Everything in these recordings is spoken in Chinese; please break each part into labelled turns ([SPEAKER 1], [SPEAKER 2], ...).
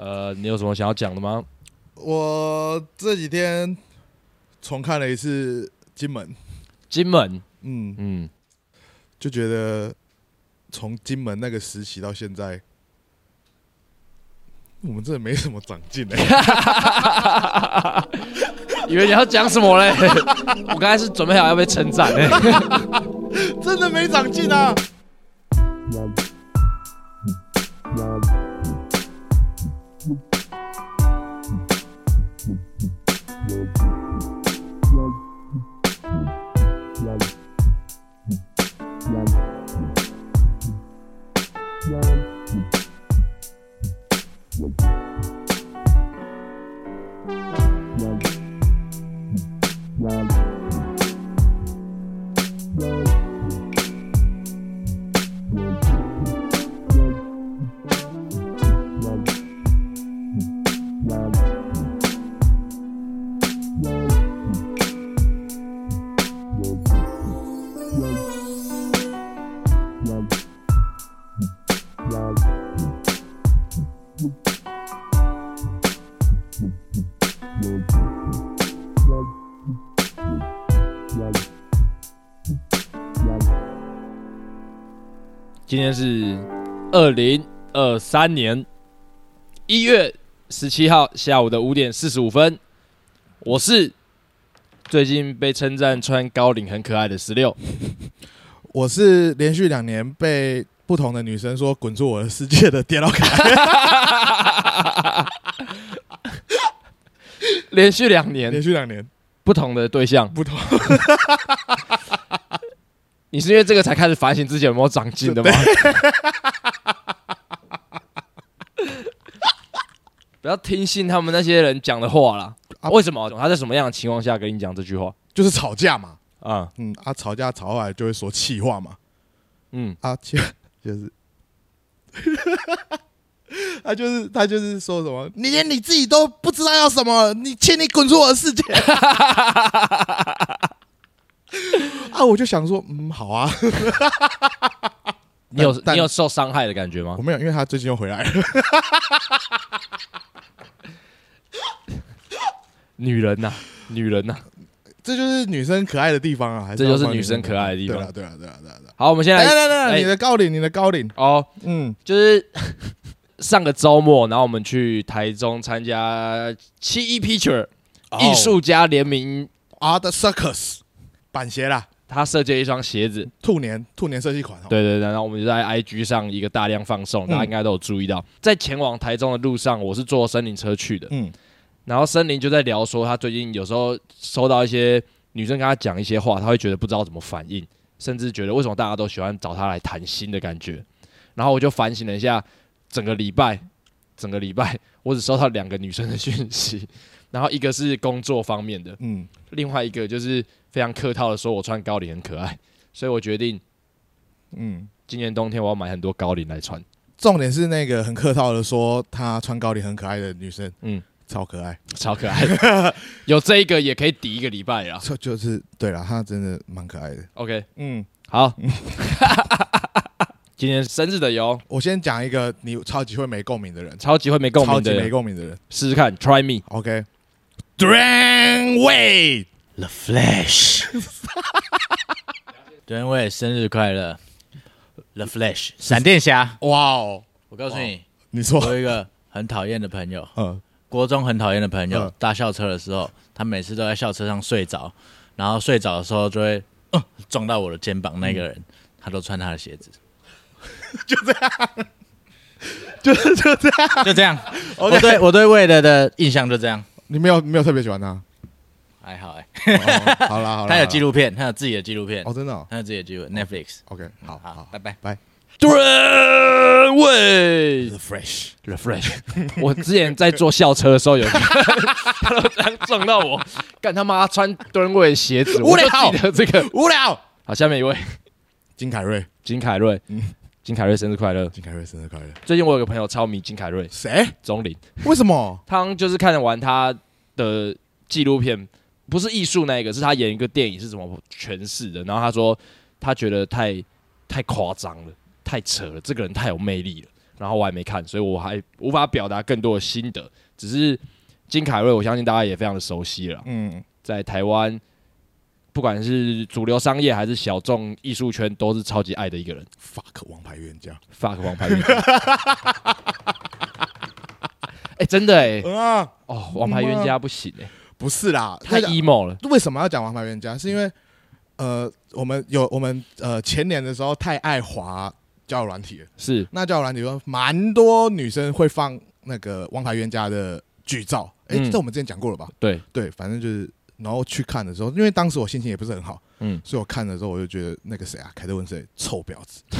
[SPEAKER 1] 呃，你有什么想要讲的吗？
[SPEAKER 2] 我这几天重看了一次金门，
[SPEAKER 1] 金门，
[SPEAKER 2] 嗯，
[SPEAKER 1] 嗯，
[SPEAKER 2] 就觉得从金门那个时期到现在，我们真的没什么长进哎、
[SPEAKER 1] 以为你要讲什么嘞？ 我刚才是准备好要被称赞嘞。
[SPEAKER 2] 真的没长进啊！
[SPEAKER 1] 今天是二零二三年一月十七号下午的五点四十五分，我是最近被称赞穿高领很可爱的十六。
[SPEAKER 2] 我是连续两年被不同的女生说“滚出我的世界”的电脑卡，
[SPEAKER 1] 连续两
[SPEAKER 2] 连
[SPEAKER 1] 年
[SPEAKER 2] 续两年
[SPEAKER 1] 不同的对象，
[SPEAKER 2] 不同，
[SPEAKER 1] 你是因为这个才开始反省自己有没有长进的吗？ 不要听信他们那些人讲的话啦。
[SPEAKER 2] 啊
[SPEAKER 1] 为什么？他在什么样的情况下跟你讲这句话？
[SPEAKER 2] 就是吵架嘛，
[SPEAKER 1] 啊，
[SPEAKER 2] 嗯啊，吵架吵后来就会说气话嘛，
[SPEAKER 1] 嗯，
[SPEAKER 2] 啊，其实就是， 他就是他就是说什么，你连你自己都不知道要什么，你请你滚出我的世界。 啊，我就想说，嗯，好啊，
[SPEAKER 1] 你有
[SPEAKER 2] 但
[SPEAKER 1] 你有受伤害的感觉吗
[SPEAKER 2] 我？没有，因为他最近又回来了，
[SPEAKER 1] 女人呐、女人呐、
[SPEAKER 2] 这就是女生可爱的地方啊，还是
[SPEAKER 1] 这就是
[SPEAKER 2] 要放
[SPEAKER 1] 女生可爱的地方
[SPEAKER 2] 对啊，对啊，对啊，对啊，对啊。
[SPEAKER 1] 好，我们先
[SPEAKER 2] 来
[SPEAKER 1] 来
[SPEAKER 2] 来来，
[SPEAKER 1] 哎
[SPEAKER 2] 你的高领，你的高领，
[SPEAKER 1] 哦，
[SPEAKER 2] 嗯，
[SPEAKER 1] 就是 上个周末，然后我们去台中参加七一 Picture E，哦艺术家联名，
[SPEAKER 2] 哦 Art Circus 板鞋啦，
[SPEAKER 1] 他设计了一双鞋子，
[SPEAKER 2] 兔年兔年设计款哦，
[SPEAKER 1] 对对对，然后我们就在 IG 上一个大量放送，
[SPEAKER 2] 嗯
[SPEAKER 1] 大家应该都有注意到，在前往台中的路上，我是坐森林车去的，
[SPEAKER 2] 嗯
[SPEAKER 1] 然后森林就在聊说，他最近有时候收到一些女生跟他讲一些话，他会觉得不知道怎么反应，甚至觉得为什么大家都喜欢找他来谈心的感觉。然后我就反省了一下，整个礼拜，整个礼拜我只收到两个女生的讯息，然后一个是工作方面的，
[SPEAKER 2] 嗯，
[SPEAKER 1] 另外一个就是非常客套的说我穿高领很可爱，所以我决定
[SPEAKER 2] 嗯。
[SPEAKER 1] 今年冬天我要买很多高领 来穿。
[SPEAKER 2] 重点是那个很客套的说，她穿高领很可爱的女生，嗯
[SPEAKER 1] 嗯，
[SPEAKER 2] 超可爱，
[SPEAKER 1] 超可爱的，有这一个也可以抵一个礼拜啦。
[SPEAKER 2] 就就是对了，她真的蛮可爱的。
[SPEAKER 1] OK，
[SPEAKER 2] 嗯，
[SPEAKER 1] 好，今天生日的有
[SPEAKER 2] 我先讲一个你超级会没共鸣的人，
[SPEAKER 1] 超级会没共
[SPEAKER 2] 超
[SPEAKER 1] 鸣
[SPEAKER 2] 级
[SPEAKER 1] 的
[SPEAKER 2] 没
[SPEAKER 1] 人，
[SPEAKER 2] 共鸣的人。
[SPEAKER 1] 试试看，Try me。
[SPEAKER 2] OK，Drain Way，
[SPEAKER 3] The Flash，德恩卫生日快乐！The Flash，闪电侠。
[SPEAKER 2] 哇哦，
[SPEAKER 3] 我告诉你，
[SPEAKER 2] 你说
[SPEAKER 3] 我，有一个很讨厌的朋友，
[SPEAKER 2] 嗯，
[SPEAKER 3] 国中很讨厌的朋友
[SPEAKER 2] 嗯，
[SPEAKER 3] 搭校车的时候，他每次都嗯
[SPEAKER 2] 嗯
[SPEAKER 3] 在校车上睡着，然后睡着的时候就会、呃撞到我的肩膀那个人，他都穿他的 鞋子，
[SPEAKER 2] 就是就这样。
[SPEAKER 3] 就这样。我对我对魏德的印象就这样，
[SPEAKER 2] 你没有没有特别喜欢他？
[SPEAKER 3] 还好哎、
[SPEAKER 2] 哦好啦好啦，
[SPEAKER 3] 他有纪
[SPEAKER 2] 录
[SPEAKER 3] 录片，他有自己的纪录片，
[SPEAKER 2] 哦，真的、哦。
[SPEAKER 3] 他有自己的纪录片 Netflix。
[SPEAKER 2] OK，好
[SPEAKER 3] 好
[SPEAKER 2] 好，
[SPEAKER 3] 拜拜。
[SPEAKER 1] 对喂
[SPEAKER 3] Fresh，
[SPEAKER 1] ，The Fresh，我之前在坐校车的时候 有，他都这样撞到我，干他妈穿蹲位鞋子，
[SPEAKER 2] 无
[SPEAKER 1] 我
[SPEAKER 2] 聊
[SPEAKER 1] 就记得这个。
[SPEAKER 2] 无聊。
[SPEAKER 1] 好，下面一位
[SPEAKER 2] 金凯瑞，
[SPEAKER 1] 金凯瑞
[SPEAKER 2] 嗯，
[SPEAKER 1] 金凯瑞生日快乐！
[SPEAKER 2] 金凯瑞生日快乐。
[SPEAKER 1] 最近我有个朋友超迷金凯瑞，
[SPEAKER 2] 谁？
[SPEAKER 1] 钟林，
[SPEAKER 2] 为什么？
[SPEAKER 1] 他就是看着玩他的纪录片，不是艺术那一个，是他演一个电影是怎么诠释的。然后他说他觉得太太夸张了，太扯了，这个人太有魅力了。然后我还没看，所以我还无法表达更多的心得。只是金凯瑞，我相信大家也非常的熟悉了啦，
[SPEAKER 2] 嗯，
[SPEAKER 1] 在台湾。不管是主流商业还是小众艺术圈，都是超级爱的一个人。
[SPEAKER 2] fuck 王牌冤家
[SPEAKER 1] fuck 王牌运动。哎、真的 哎、
[SPEAKER 2] 啊，
[SPEAKER 1] 哦，王牌冤家不行哎、
[SPEAKER 2] 不是啦，
[SPEAKER 1] 太
[SPEAKER 2] 那个
[SPEAKER 1] emo 了。
[SPEAKER 2] 为什么要讲王牌冤家？是因为呃，我们有我们呃前年的时候太爱滑交友软体了，
[SPEAKER 1] 是
[SPEAKER 2] 那交友软体中蛮多女生会放那个王牌冤家的剧照，哎、
[SPEAKER 1] 嗯
[SPEAKER 2] 这我们之前讲过了吧？
[SPEAKER 1] 对，
[SPEAKER 2] 对，反正就是。然后去看的时候，因为当时我心情也不是很好，
[SPEAKER 1] 嗯，
[SPEAKER 2] 所以我看的时候我就觉得那个谁啊，凯特温斯莱臭婊子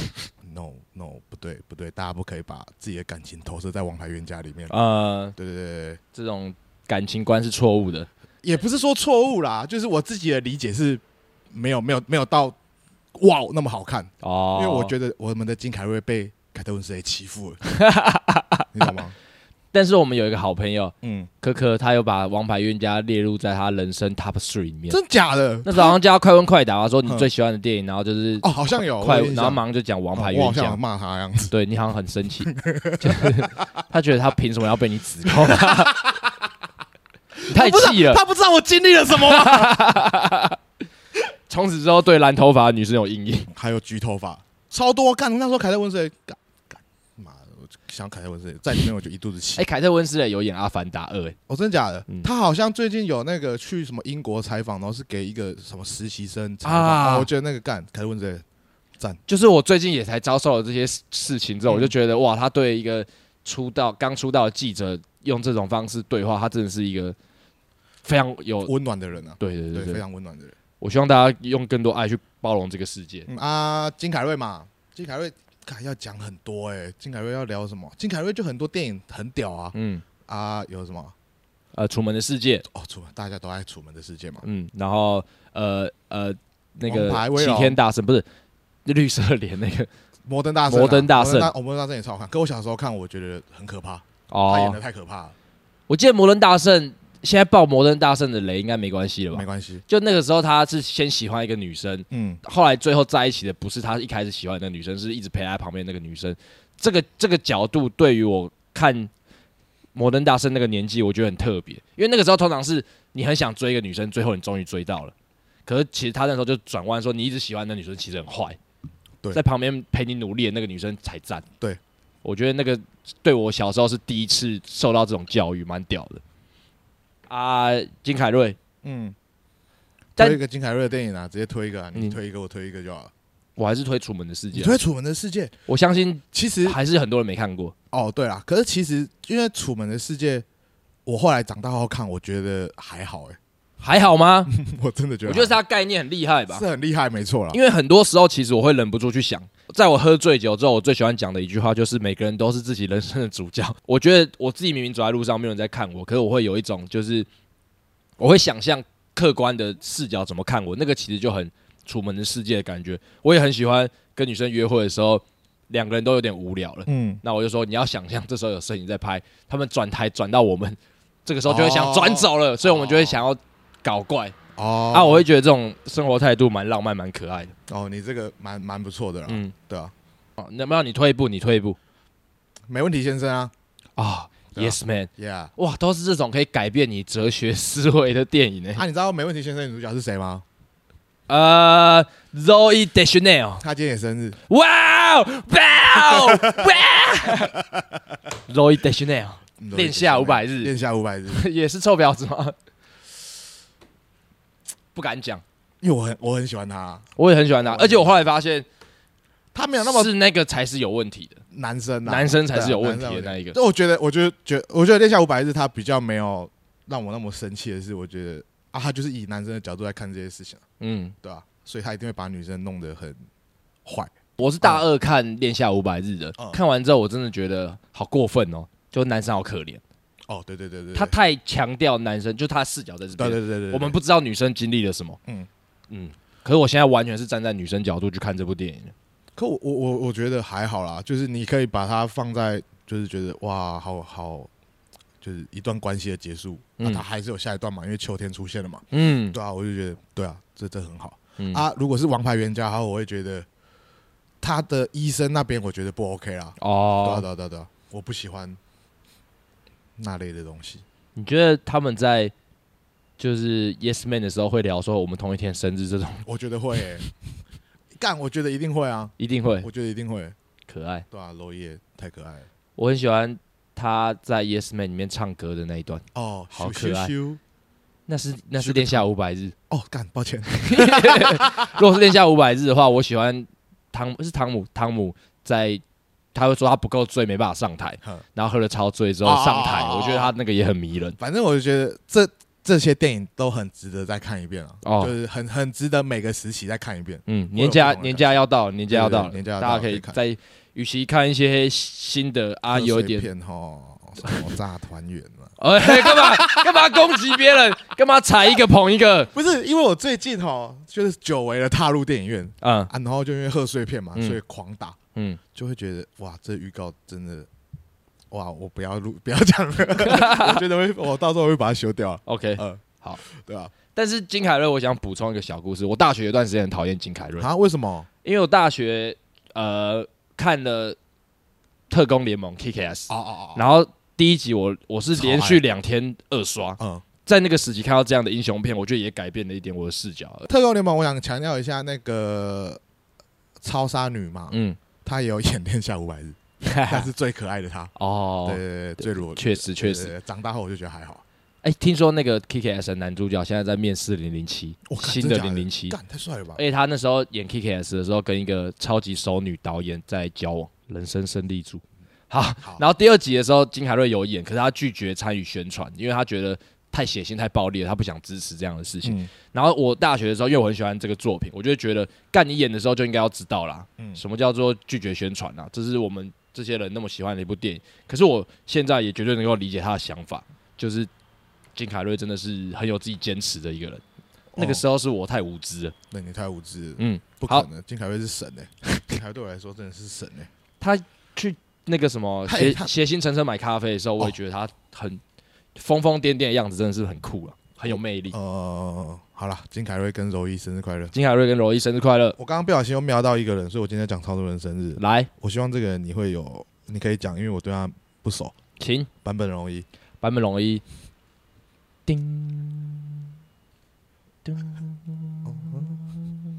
[SPEAKER 2] ，no no 不对不对，大家不可以把自己的感情投射在王牌冤家里面。
[SPEAKER 1] 呃，
[SPEAKER 2] 对对对对，对
[SPEAKER 1] 这种感情观是错误的。
[SPEAKER 2] 也不是说错误啦，就是我自己的理解是没有没有没有到哇那么好看，
[SPEAKER 1] 哦
[SPEAKER 2] 因，为我觉得我们的金凯瑞被凯特温斯莱欺 负了，你懂吗？
[SPEAKER 1] 但是我们有一个好朋友
[SPEAKER 2] 嗯，
[SPEAKER 1] 可可，他有把王牌冤家列入在他人生 top three 里面。
[SPEAKER 2] 真假的？
[SPEAKER 1] 那时候好像叫他快问快答，他说你
[SPEAKER 2] 嗯
[SPEAKER 1] 最喜欢的电影，然后就是
[SPEAKER 2] 哦，好像有，
[SPEAKER 1] 快，
[SPEAKER 2] 我有印
[SPEAKER 1] 然
[SPEAKER 2] 象
[SPEAKER 1] 后马上就讲王牌
[SPEAKER 2] 哦我
[SPEAKER 1] 冤
[SPEAKER 2] 好像有
[SPEAKER 1] 家。
[SPEAKER 2] 骂他的样子。
[SPEAKER 1] 对你好像很 生气， 就是他觉得他凭什么要被你指控？ 你太气了！
[SPEAKER 2] 他不知道我经历了什么吗？
[SPEAKER 1] 从此之后对蓝头发的女生有阴影。
[SPEAKER 2] 还有橘头发，超多干。那时候凯特温斯莱，干干妈的，我就想凯特温斯莱在里面我就一肚子气
[SPEAKER 1] 哎、。凯特温斯莱有演《阿凡达二》哎，
[SPEAKER 2] 哦，真的假的
[SPEAKER 1] 嗯？
[SPEAKER 2] 他好像最近有那个去什么英国采访，然后是给一个什么实习生采
[SPEAKER 1] 啊
[SPEAKER 2] 访。哦我觉得那个干凯特温斯莱
[SPEAKER 1] 就是我最近也才遭受了这些事事情之
[SPEAKER 2] 嗯
[SPEAKER 1] 后，我就觉得哇，他对一个出道刚出道的记者用这种方式对话，他真的是一个非常有
[SPEAKER 2] 温暖的人啊，
[SPEAKER 1] 对对
[SPEAKER 2] 对，
[SPEAKER 1] 对
[SPEAKER 2] 非
[SPEAKER 1] 对，
[SPEAKER 2] 常温暖的人。
[SPEAKER 1] 我希望大家用更多爱去包容这个世界。
[SPEAKER 2] 嗯啊，金凯瑞嘛，金凯瑞干要讲很多哎，金凯瑞要聊什么？金凯瑞就很多电影很屌啊
[SPEAKER 1] 嗯，
[SPEAKER 2] 啊，有什么？
[SPEAKER 1] 呃，楚门的世界，
[SPEAKER 2] 哦，楚门，大家都爱《楚门的世界》嘛。
[SPEAKER 1] 嗯，然后呃呃那
[SPEAKER 2] 王牌
[SPEAKER 1] 个
[SPEAKER 2] 威
[SPEAKER 1] 齐
[SPEAKER 2] 龙
[SPEAKER 1] 天大圣不是绿色脸那个
[SPEAKER 2] 摩登大圣啊、
[SPEAKER 1] 摩登大圣
[SPEAKER 2] 摩哦，摩登大圣也超好看。可我小时候看，我觉得很可怕， 他演
[SPEAKER 1] 哦
[SPEAKER 2] 的，太可怕了。
[SPEAKER 1] 我记得摩登大圣现在爆摩登大圣的雷应该没关系了吧
[SPEAKER 2] 没？关系，
[SPEAKER 1] 就那个时候他是先喜欢一个女生。
[SPEAKER 2] 嗯，
[SPEAKER 1] 后来最后在一起的不是他一开始喜欢的那个女生，是一直陪在旁边那个女生。这个这个角度对于我看《摩登大圣》那个年纪，我觉得很特别，因为那个时候通常是你很想追一个女生，最后你终于追到了。可是其实他那时候就转弯说，你一直喜欢的女生其实很坏，
[SPEAKER 2] 对
[SPEAKER 1] 在旁边陪你努力的那个女生才赞。
[SPEAKER 2] 对，
[SPEAKER 1] 我觉得那个对我小时候是第一次受到这种教育，蛮屌的。啊，金凯瑞，
[SPEAKER 2] 嗯，
[SPEAKER 1] 但
[SPEAKER 2] 推一个金凯瑞的电影啊，直接推一个、啊，你
[SPEAKER 1] 嗯
[SPEAKER 2] 推一个，我推一个就好了。
[SPEAKER 1] 我还是推《楚门的世界
[SPEAKER 2] 你》
[SPEAKER 1] 啊
[SPEAKER 2] 推，《楚门的世界》，
[SPEAKER 1] 我相信
[SPEAKER 2] 其实
[SPEAKER 1] 还是很多人没看过。
[SPEAKER 2] 哦，对啦，可是其实因为《楚门的世界》，我后来长大后看，我觉得还好哎、
[SPEAKER 1] 还好吗？
[SPEAKER 2] 我真的觉得还
[SPEAKER 1] 我觉
[SPEAKER 2] 好，
[SPEAKER 1] 得他概念很厉害吧
[SPEAKER 2] 啊是，啊很厉害，没错啦。
[SPEAKER 1] 因为很多时候其实我会忍不住去想，在我喝醉酒之后，我最喜欢讲的一句话就是每个人都是自己人生的主角。 我觉得我自己明明走在路上，没有人在看我，可是我会有一种就是我会想象客观的视角怎么看我，那个其实就很《楚门的世界》的感觉。我也很喜欢跟女生约会的时候，两个人都有点无聊了。
[SPEAKER 2] 嗯，
[SPEAKER 1] 那我就说你要想象这时候有摄影在拍，他们转台转到我们，这个时候就会想
[SPEAKER 2] 哦
[SPEAKER 1] 转走了，所以我们就会想要搞怪。
[SPEAKER 2] 哦，
[SPEAKER 1] 啊，我会觉得这种生活态度蛮浪漫、蛮可爱的。
[SPEAKER 2] 哦，你这个蛮蛮不错的啦，
[SPEAKER 1] 嗯，
[SPEAKER 2] 对啊，
[SPEAKER 1] 哦，那不然你退一步，你退一步
[SPEAKER 2] 没问题，先生啊
[SPEAKER 1] 啊、
[SPEAKER 2] 对啊
[SPEAKER 1] y e s man，
[SPEAKER 2] ，Yeah。
[SPEAKER 1] 哇，都是这种可以改变你哲学思维的电影呢。
[SPEAKER 2] 啊，你知道《没问题先生》女主角是谁吗？
[SPEAKER 1] 呃，Zoe Deschanel，
[SPEAKER 2] 她今天也生日，
[SPEAKER 1] 哇哦哇哦哇哦 ，Zoe Deschanel
[SPEAKER 2] 嗯
[SPEAKER 1] 恋下500日
[SPEAKER 2] 恋下五百日，
[SPEAKER 1] 也是臭婊子吗？ 不敢讲，
[SPEAKER 2] 因为我很我很喜欢她啊、
[SPEAKER 1] 我也很喜欢他，而且我后来发现，
[SPEAKER 2] 他没有那么
[SPEAKER 1] 是那个才是有问题的，
[SPEAKER 2] 男生啊、
[SPEAKER 1] 男生才
[SPEAKER 2] 对啊
[SPEAKER 1] 是有问题
[SPEAKER 2] 男生
[SPEAKER 1] 的
[SPEAKER 2] 有
[SPEAKER 1] 那一个
[SPEAKER 2] 就我觉得，我觉得，觉得我觉得《恋下五百日》他比较没有让我那么生气的是，我觉得啊，他就是以男生的角度来看这些事情，啊
[SPEAKER 1] 嗯。
[SPEAKER 2] 对吧、所以他一定会把女生弄得很坏。
[SPEAKER 1] 我是大二看《恋下五百日》的，
[SPEAKER 2] 嗯
[SPEAKER 1] 看完之后我真的觉得好过分哦，就男生好可怜，
[SPEAKER 2] 哦，对对对对，
[SPEAKER 1] 他太强调男生，就他视角在这
[SPEAKER 2] 对
[SPEAKER 1] 边，
[SPEAKER 2] 对对对对，
[SPEAKER 1] 我们不知道女生经历了什么，嗯
[SPEAKER 2] 嗯
[SPEAKER 1] 嗯，可是我现在完全是站在女生角度去看这部电影的，
[SPEAKER 2] 可我我我我觉得还好啦，就是你可以把它放在，就是觉得哇，好好，就是一段关系的结束，那、
[SPEAKER 1] 嗯
[SPEAKER 2] 他还是有下一段嘛，因为秋天出现了嘛，
[SPEAKER 1] 嗯
[SPEAKER 2] 对啊，我就觉得对啊，这这很好、
[SPEAKER 1] 嗯
[SPEAKER 2] 啊。如果是王牌冤家的话，我会觉得他的医生那边我觉得不 OK 啦，对啊
[SPEAKER 1] 哦，
[SPEAKER 2] 对啊对啊对啊，我不喜欢那类的东西。
[SPEAKER 1] 你觉得他们在就是 Yes Man 的时候会聊说我们同一天生日这种，
[SPEAKER 2] 我觉得会、欸，干，我觉得一定会啊，
[SPEAKER 1] 一定会
[SPEAKER 2] 我觉得一定会，
[SPEAKER 1] 可爱，
[SPEAKER 2] 对啊，娄烨太可爱了，
[SPEAKER 1] 我很喜欢他在 Yes Man 里面唱歌的那一段，
[SPEAKER 2] 哦，
[SPEAKER 1] 好
[SPEAKER 2] 咻
[SPEAKER 1] 可爱
[SPEAKER 2] 咻咻
[SPEAKER 1] 那是那是《恋下五百日》。
[SPEAKER 2] 哦，干，抱歉，
[SPEAKER 1] 如果是恋下五百日的话，我喜欢汤是汤姆汤姆在他会说他不够醉，没办法上台
[SPEAKER 2] 哼，
[SPEAKER 1] 然后喝了超醉之后
[SPEAKER 2] 哦
[SPEAKER 1] 上台，
[SPEAKER 2] 哦哦
[SPEAKER 1] 我觉得他那个也很迷人。
[SPEAKER 2] 反正我就觉得这这些电影都很值得再看一遍啊，
[SPEAKER 1] 哦
[SPEAKER 2] 就是很很值得每个时期再看一遍。
[SPEAKER 1] 嗯，
[SPEAKER 2] 我有
[SPEAKER 1] 年假
[SPEAKER 2] 不同的
[SPEAKER 1] 年假要到了，年假要到了，
[SPEAKER 2] 对对年假要到
[SPEAKER 1] 大
[SPEAKER 2] 了
[SPEAKER 1] 家可以
[SPEAKER 2] 可以看
[SPEAKER 1] 在与其看一些新的啊，
[SPEAKER 2] 热水
[SPEAKER 1] 有一点，
[SPEAKER 2] 片哈，什么炸团圆啊嘛，
[SPEAKER 1] 哎，干嘛干嘛攻击别人，干嘛踩一个捧一个，
[SPEAKER 2] 不是因为我最近哈，就是久违的踏入电影院
[SPEAKER 1] 嗯
[SPEAKER 2] 啊，然后就因为贺岁片嘛，
[SPEAKER 1] 嗯
[SPEAKER 2] 所以狂打，
[SPEAKER 1] 嗯，
[SPEAKER 2] 就会觉得哇，这预告真的。哇！我不要录， 不要讲了。我觉得会，我到时候会把它修 掉。
[SPEAKER 1] OK，
[SPEAKER 2] 嗯，
[SPEAKER 1] 好，
[SPEAKER 2] 对啊。
[SPEAKER 1] 但是金凯瑞，我想补充一个小故事。我大学有段时间很讨厌金凯瑞，
[SPEAKER 2] 啊，为什么？
[SPEAKER 1] 因为我大学呃看了《特工联盟》KKS，、
[SPEAKER 2] 哦哦哦
[SPEAKER 1] 然后第一集我我是连
[SPEAKER 2] 超
[SPEAKER 1] 续
[SPEAKER 2] 爱
[SPEAKER 1] 两天二刷，
[SPEAKER 2] 哦，
[SPEAKER 1] 在那个时期看到这样的英雄片，我觉得也改变了一点我的视角
[SPEAKER 2] 嗯，。特工联盟，我想强调一下那个超杀女嘛，
[SPEAKER 1] 嗯，
[SPEAKER 2] 她也有演《恋下五 百日》，但是最可爱的她，对
[SPEAKER 1] 哎哦，
[SPEAKER 2] 对对，最裸，
[SPEAKER 1] 确实确
[SPEAKER 2] 对
[SPEAKER 1] 实。。
[SPEAKER 2] 对对长大后我就觉得还好，
[SPEAKER 1] 哎、听说那个 KKS 的男主角现在在面试零零七
[SPEAKER 2] 我，靠
[SPEAKER 1] 新
[SPEAKER 2] 真
[SPEAKER 1] 的
[SPEAKER 2] 假
[SPEAKER 1] 零零七。哎
[SPEAKER 2] 干太帅了吧
[SPEAKER 1] 而！且他那时候演 KKS 的时候，跟一个超级熟女导演在交往，人生胜利组。好，
[SPEAKER 2] 好
[SPEAKER 1] 然后第二集的时候，金凯瑞有演，可是他拒绝参与宣传，因为他觉得太血腥、太暴力了，他不想支持这样的事情。
[SPEAKER 2] 嗯
[SPEAKER 1] 然后我大学的时候，因为我很喜欢这个作品，我就会觉得，干你演的时候就应该要知道啦，
[SPEAKER 2] 嗯
[SPEAKER 1] 什么叫做拒绝宣传啊？这是我们这些人那么喜欢的一部电影。可是我现在也绝对能够理解他的想法，就是金凯瑞真的是很有自己坚持的一个人。那
[SPEAKER 2] 哦
[SPEAKER 1] 个时候是我太无知了，
[SPEAKER 2] 那你太无知了，
[SPEAKER 1] 嗯。
[SPEAKER 2] 不可能。金凯瑞是神呢， 金凯瑞对我来说真的是神欸呢。
[SPEAKER 1] 那个什么
[SPEAKER 2] 他
[SPEAKER 1] 谐
[SPEAKER 2] 他
[SPEAKER 1] 谐星晨晨买咖啡的时候，我也
[SPEAKER 2] 哦
[SPEAKER 1] 觉得他很疯疯癫癫的样子，真的是很酷
[SPEAKER 2] 哦
[SPEAKER 1] 啊，很有魅力。
[SPEAKER 2] 呃，好了，金凯瑞跟柔一生日快乐。
[SPEAKER 1] 金凯瑞跟柔一生日快乐！
[SPEAKER 2] 我刚刚不小心又瞄到一个人，所以我今天讲超多人生日。
[SPEAKER 1] 来，
[SPEAKER 2] 我希望这个人你会有，你可以讲，因为我对他不熟。
[SPEAKER 1] 请
[SPEAKER 2] 版本容易，
[SPEAKER 1] 版本龙一，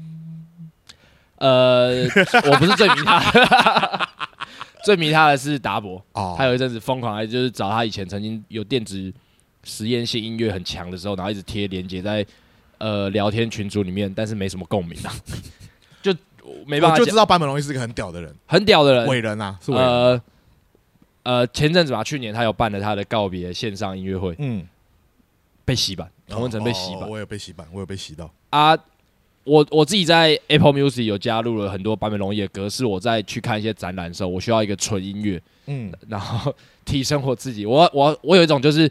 [SPEAKER 1] 叮咚。呃，我不是最迷他， 最迷他的是达博。
[SPEAKER 2] 哦
[SPEAKER 1] 他有一阵子疯狂，就是找他以前曾经有电子实验性音乐很强的时候，然后一直贴连接在呃聊天群组里面，但是没什么共鸣啊， 就没办
[SPEAKER 2] 我哦
[SPEAKER 1] 法
[SPEAKER 2] 就知
[SPEAKER 1] 讲。
[SPEAKER 2] 道版本容易是个很屌的人，
[SPEAKER 1] 很屌的人，
[SPEAKER 2] 伟人啊，是伟人。
[SPEAKER 1] 呃呃，前阵子吧，去年他有办了他的告别线上音乐会，
[SPEAKER 2] 嗯，
[SPEAKER 1] 被洗版，童文成被
[SPEAKER 2] 哦
[SPEAKER 1] 洗
[SPEAKER 2] 哦
[SPEAKER 1] 版
[SPEAKER 2] 我有被洗版，我有被洗到。
[SPEAKER 1] 啊。我我自己在 Apple Music 有加入了很多坂本龙一的歌，是我在去看一些展览的时候，我需要一个纯音乐，
[SPEAKER 2] 嗯，
[SPEAKER 1] 然后 提升我自己。我我我有一种就是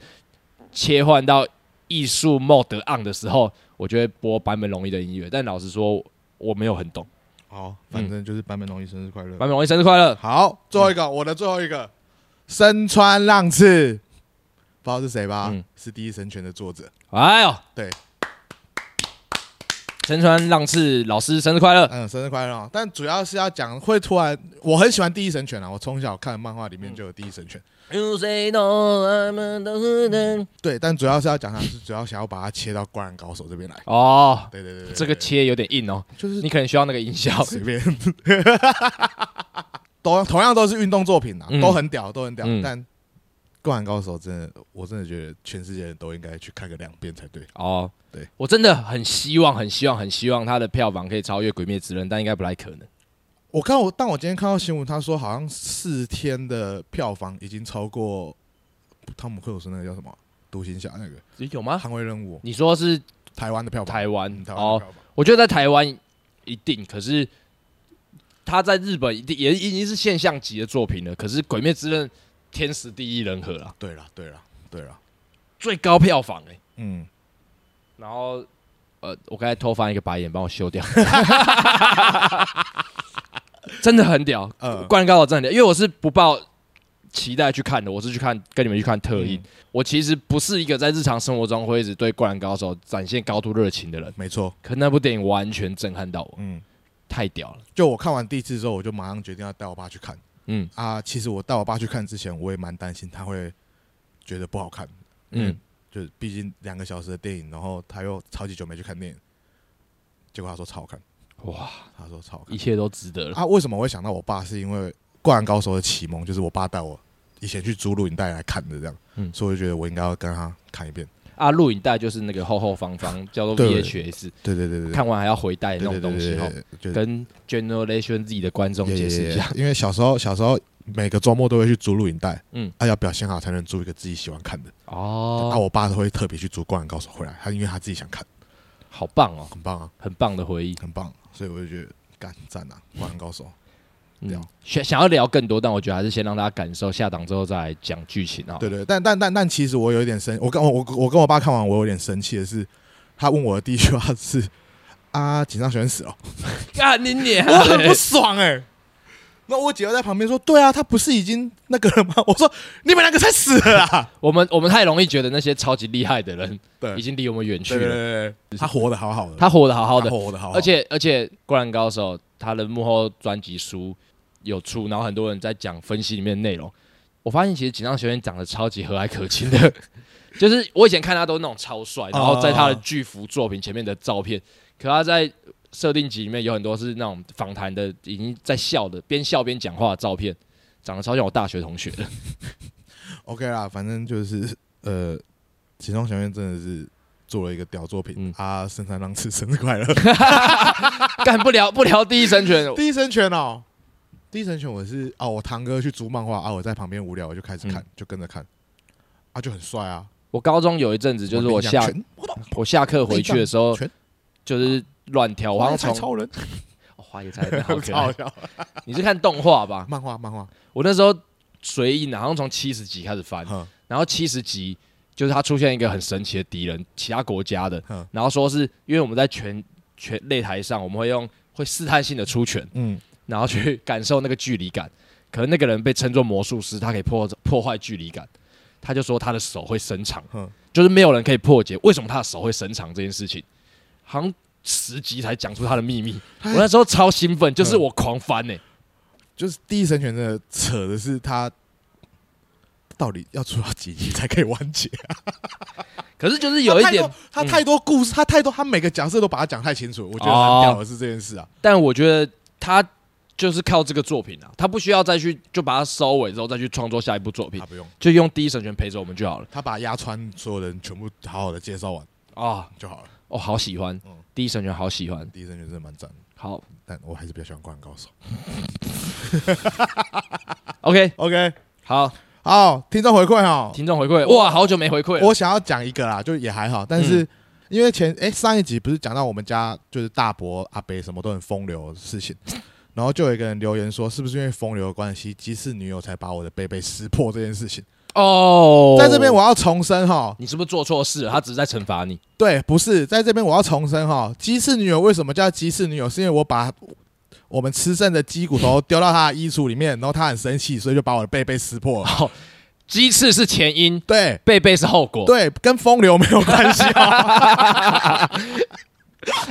[SPEAKER 1] 切换到艺术 mode on 的时候，我就会播坂本龙一的音乐。但老实说，我没有很懂。
[SPEAKER 2] 好，反正就是版本容易生日快乐。
[SPEAKER 1] 坂嗯本龙一生日快乐！
[SPEAKER 2] 好，最后一个，我的最后一个，身穿浪次，不知道是谁吧？
[SPEAKER 1] 嗯
[SPEAKER 2] 是《第一神拳》的作者。
[SPEAKER 1] 哎呦，
[SPEAKER 2] 对，
[SPEAKER 1] 神川浪次老师生日快乐！
[SPEAKER 2] 嗯，生日快乐哦！但主要是要讲，会突然，我很喜欢《第一神拳》啊，我从小看漫画里
[SPEAKER 1] 嗯
[SPEAKER 2] 面就有《第一神拳》对，但主要是要讲他是主要想要把它切到《灌篮高手》这边来。
[SPEAKER 1] 哦，
[SPEAKER 2] 对对对对，对
[SPEAKER 1] 这个切有点硬哦，
[SPEAKER 2] 就是
[SPEAKER 1] 你可能需要那个音效。
[SPEAKER 2] 随便。 都同样都是运动作品啊，
[SPEAKER 1] 嗯
[SPEAKER 2] 都很屌，都很屌。
[SPEAKER 1] 嗯
[SPEAKER 2] 但《灌篮高手》真的，我真的觉得全世界人都应该去看个两遍才对。
[SPEAKER 1] 哦，
[SPEAKER 2] 对
[SPEAKER 1] 我真的很希望，很希望，很希望它的票房可以超越《鬼灭之刃》，但应该不太可能。
[SPEAKER 2] 我看我，但我今天看到新闻，他说好像四天的票房已经超过汤姆克鲁斯那个叫什么《独行侠》那个
[SPEAKER 1] 有吗
[SPEAKER 2] 《捍卫任务
[SPEAKER 1] 你说是》
[SPEAKER 2] 台湾的票房，
[SPEAKER 1] 啊台湾
[SPEAKER 2] 嗯台湾的
[SPEAKER 1] 哦？
[SPEAKER 2] 票房。
[SPEAKER 1] 我觉得在台湾一定，可是他在日本一定也已经是现象级的作品了。可是《鬼灭之刃》天时地利人和啊，
[SPEAKER 2] 对了，对了，对了，
[SPEAKER 1] 最高票房哎、
[SPEAKER 2] 嗯，
[SPEAKER 1] 然后呃，我刚才偷翻一个白眼，帮我修掉。 真的很屌，
[SPEAKER 2] 呃
[SPEAKER 1] 灌篮高手真的很屌，因为我是不抱期待去看的，我是去看跟你们去看特映。
[SPEAKER 2] 嗯
[SPEAKER 1] 我其实不是一个在日常生活中会一直对灌篮高手展现高度热情的人，
[SPEAKER 2] 没错，
[SPEAKER 1] 可那部电影完全震撼到我，
[SPEAKER 2] 嗯，
[SPEAKER 1] 太屌了。
[SPEAKER 2] 就我看完第一次之后，我就马上决定要带我爸去看
[SPEAKER 1] 嗯
[SPEAKER 2] 啊。其实我带我爸去看之前，我也蛮担心他会觉得不好看，
[SPEAKER 1] 嗯，
[SPEAKER 2] 就是毕竟两个小时的电影，然后他又超级久没去看电影，结果他说超好看，
[SPEAKER 1] 哇，
[SPEAKER 2] 他说超好看
[SPEAKER 1] 一。切都值得了。
[SPEAKER 2] 啊，为什么我会想到我爸？是因为《灌篮高手》的启蒙，就是我爸带我以前去租录影带来看的，这样，
[SPEAKER 1] 嗯
[SPEAKER 2] 所以我就觉得我应该要跟他看一遍。
[SPEAKER 1] 啊，录影带就是那个厚厚方 方，叫做
[SPEAKER 2] 对
[SPEAKER 1] VHS，
[SPEAKER 2] 对对对对，
[SPEAKER 1] 看完还要回带
[SPEAKER 2] 对
[SPEAKER 1] 那种
[SPEAKER 2] 对对
[SPEAKER 1] 东西
[SPEAKER 2] 对
[SPEAKER 1] 哦。
[SPEAKER 2] 对，就
[SPEAKER 1] 跟 Generation Z 的观众
[SPEAKER 2] 也
[SPEAKER 1] 解
[SPEAKER 2] 也
[SPEAKER 1] 释一
[SPEAKER 2] 也
[SPEAKER 1] 下，，
[SPEAKER 2] 因为小时候小时候每个周末都会去租录影带，
[SPEAKER 1] 嗯
[SPEAKER 2] 嗯，啊要表现好才能租一个自己喜欢看的。啊，
[SPEAKER 1] 哦，
[SPEAKER 2] 我爸都会特别去租《灌篮高手》回来，他因为他自己想看，
[SPEAKER 1] 好棒哦，
[SPEAKER 2] 很棒啊，
[SPEAKER 1] 很棒的回忆。
[SPEAKER 2] 很棒，所以我就觉得干赞啊，《灌篮高手》
[SPEAKER 1] 嗯
[SPEAKER 2] 聊，
[SPEAKER 1] 想想要聊更多，但我觉得还是先让大家感受下档之后再来讲剧情啊。
[SPEAKER 2] 对对，但但但但其实我有一点生，我跟我我我跟我爸看完，我有点生气的是，他问我的第一句话是啊，紧张学生死 了，
[SPEAKER 1] 干你娘
[SPEAKER 2] 我很
[SPEAKER 1] 嘞
[SPEAKER 2] 不！爽哎、那我姐又在旁边说，对啊，他不是已经那个了吗？ 我说你们两个才死了 啊！
[SPEAKER 1] 我们我们太容易觉得那些超级厉害的人
[SPEAKER 2] 对
[SPEAKER 1] 已经离我们远去
[SPEAKER 2] 对对
[SPEAKER 1] 了。
[SPEAKER 2] 对对，他活得好好的，
[SPEAKER 1] 他活得好好的
[SPEAKER 2] 他，活得好好的，
[SPEAKER 1] 而且而且《灌篮高手》他的幕后专辑书有出，然后很多人在讲分析里面的内容。我发现其实锦上学院长得超级和蔼可亲的， 就是我以前看他都那种超帅，然
[SPEAKER 2] 哦
[SPEAKER 1] 后在他的巨幅作品前面的照片，可他在设定集里面有很多是那种访谈的，已经在笑的，边笑边讲话的照片，长得超像我大学同学的。
[SPEAKER 2] OK 啦，反正就是呃，秦中小院真的是做了一个屌作品、
[SPEAKER 1] 嗯
[SPEAKER 2] 啊！深山浪次生日快乐！
[SPEAKER 1] 干不聊不聊第一神拳，
[SPEAKER 2] 第一神拳哦，第一神拳我是哦，我堂哥去租漫画啊，我在旁边无聊我就开始
[SPEAKER 1] 嗯
[SPEAKER 2] 看，就跟着看，啊就很帅啊，
[SPEAKER 1] 我高中有一阵子就是我
[SPEAKER 2] 下
[SPEAKER 1] 下哦我下课回去的时候
[SPEAKER 2] 拳
[SPEAKER 1] 就是乱跳，我好像
[SPEAKER 2] 才
[SPEAKER 1] 从
[SPEAKER 2] 超 人，
[SPEAKER 1] 哦花椰菜 真的好可
[SPEAKER 2] 超好
[SPEAKER 1] 爱。
[SPEAKER 2] 笑，
[SPEAKER 1] 你是看动画吧？
[SPEAKER 2] 漫画漫画，
[SPEAKER 1] 我那时候随意拿，好像从七十集开始翻，
[SPEAKER 2] 哼
[SPEAKER 1] 然后七十集就是他出现一个很神奇的敌人，其他国家的
[SPEAKER 2] 嗯，
[SPEAKER 1] 然后说是因为我们在全全擂台上，我们会用会试探性的出拳，
[SPEAKER 2] 嗯
[SPEAKER 1] 然后去感受那个距离感。可能那个人被称作魔术师，他可以破破坏距离感。他就说他的手会伸长，
[SPEAKER 2] 哼，
[SPEAKER 1] 就是没有人可以破解为什么他的手会伸长这件事情。好像十集才讲出他的秘密，我那时候超兴奋，就是我狂翻欸呢、
[SPEAKER 2] 就是第一神拳真的扯的是他到底要出到几集才可以完结？
[SPEAKER 1] 可是就是 有一点嗯
[SPEAKER 2] 他太多故事，他太多，他每个角色都把它讲太清楚，我觉得
[SPEAKER 1] 哦
[SPEAKER 2] 很屌的是这件事啊。
[SPEAKER 1] 但我觉得他就是靠这个作品啊，他不需要再去就把它收尾之后再去创作下一部作品
[SPEAKER 2] 啊他，不用，
[SPEAKER 1] 就用第一神权陪着我们就好了
[SPEAKER 2] 他把压川所有人全部好好的介绍完
[SPEAKER 1] 啊！
[SPEAKER 2] 就好了。
[SPEAKER 1] 哦，好喜欢
[SPEAKER 2] 嗯
[SPEAKER 1] 第一神权，好喜欢，
[SPEAKER 2] 第一神拳真的蛮赞的，
[SPEAKER 1] 好
[SPEAKER 2] 但我还是比较喜欢《灌篮高手》。
[SPEAKER 1] ，OK，
[SPEAKER 2] OK，
[SPEAKER 1] 好，
[SPEAKER 2] 好，听众回馈哦，
[SPEAKER 1] 听众回馈，哇，好久没回馈了，嗯
[SPEAKER 2] 我想要讲一个啦，就也还好，但是因为前哎、上一集不是讲到我们家就是大伯阿伯什么都很风流的 事情，然后就有一个人留言说，是不是因为风流的关系，鸡翅女友才把我的背背撕破这件事情？
[SPEAKER 1] 哦，
[SPEAKER 2] 在这边我要重申哈，
[SPEAKER 1] 你是不是做错事了？他只是在惩罚你，
[SPEAKER 2] 对，不是在这边我要重申哈，鸡翅女友为什么叫鸡翅女友？是因为我把我们吃剩的鸡骨头丢到她的衣橱里面，然后她很生气，所以就把我的背背撕破 了。
[SPEAKER 1] 鸡翅是前因，
[SPEAKER 2] 对
[SPEAKER 1] 贝贝是后果，
[SPEAKER 2] 对，跟风流没有关系啊。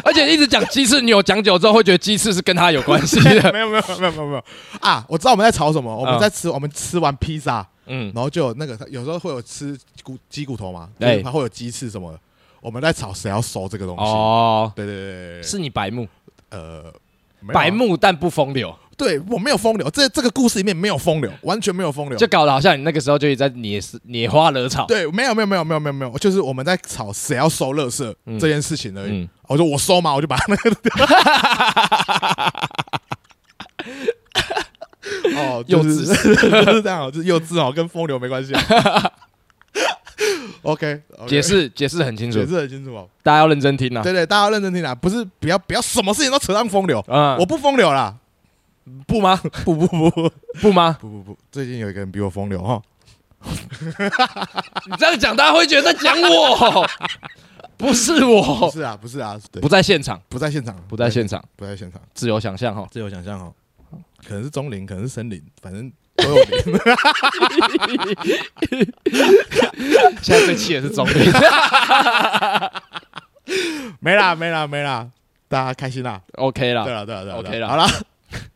[SPEAKER 1] 而且一直讲鸡翅，你有讲久之后会觉得鸡翅是跟他有关系 的，
[SPEAKER 2] 没有没有没有没有没有啊！我知道我们在吵什么，我们在吃、我们吃完披萨，
[SPEAKER 1] 嗯，
[SPEAKER 2] 然后就有那个有时候会有吃骨鸡骨头嘛，
[SPEAKER 1] 对
[SPEAKER 2] 对，它会有鸡翅什么的。我们在吵谁要收这个东西。
[SPEAKER 1] 哦，
[SPEAKER 2] 对对对对，
[SPEAKER 1] 是你白目，
[SPEAKER 2] 呃，没有啊
[SPEAKER 1] 白目但不风流。
[SPEAKER 2] 对我没有风流，这这个故事里面没有风流，完全没有风流
[SPEAKER 1] 就。搞得好像你那个时候就一直在捏死捏花惹草。
[SPEAKER 2] 对，没有没有没有没有没有没有，就是我们在吵谁要收垃圾、这件事情而已。
[SPEAKER 1] 嗯
[SPEAKER 2] 我说我收嘛，我就把那个 哦，就是、
[SPEAKER 1] 幼
[SPEAKER 2] 就是这样哦，就是幼稚哦，跟风流没关 系、哦。OK，, o k
[SPEAKER 1] 解释解释很清楚
[SPEAKER 2] 解，释很清楚哦。
[SPEAKER 1] 大家要认真听啊。
[SPEAKER 2] 对对，大家要认真听啦，不是不要不要什么事情都扯上风流，
[SPEAKER 1] 啊，
[SPEAKER 2] 我不风流啦，
[SPEAKER 1] 不吗？
[SPEAKER 2] 不不不不
[SPEAKER 1] 不 吗？
[SPEAKER 2] 不不不，最近有一个人比我风流哈，
[SPEAKER 1] 你这样讲，大家会觉得在讲我，不是
[SPEAKER 2] 不
[SPEAKER 1] 我，
[SPEAKER 2] 是啊不是啊，对
[SPEAKER 1] 哦不，在现场，
[SPEAKER 2] 不在现场，
[SPEAKER 1] 不在现场，
[SPEAKER 2] 不在现场，
[SPEAKER 1] 自由想象哈。
[SPEAKER 2] 自由想象哦，可能是钟林，可能是森林，反正都有林。
[SPEAKER 1] 现在最气的是钟 林，
[SPEAKER 2] 没啦没啦没啦，大家开心啦。
[SPEAKER 1] OK
[SPEAKER 2] 对
[SPEAKER 1] 啦，
[SPEAKER 2] 了对了对了
[SPEAKER 1] OK 啦
[SPEAKER 2] 好啊啦，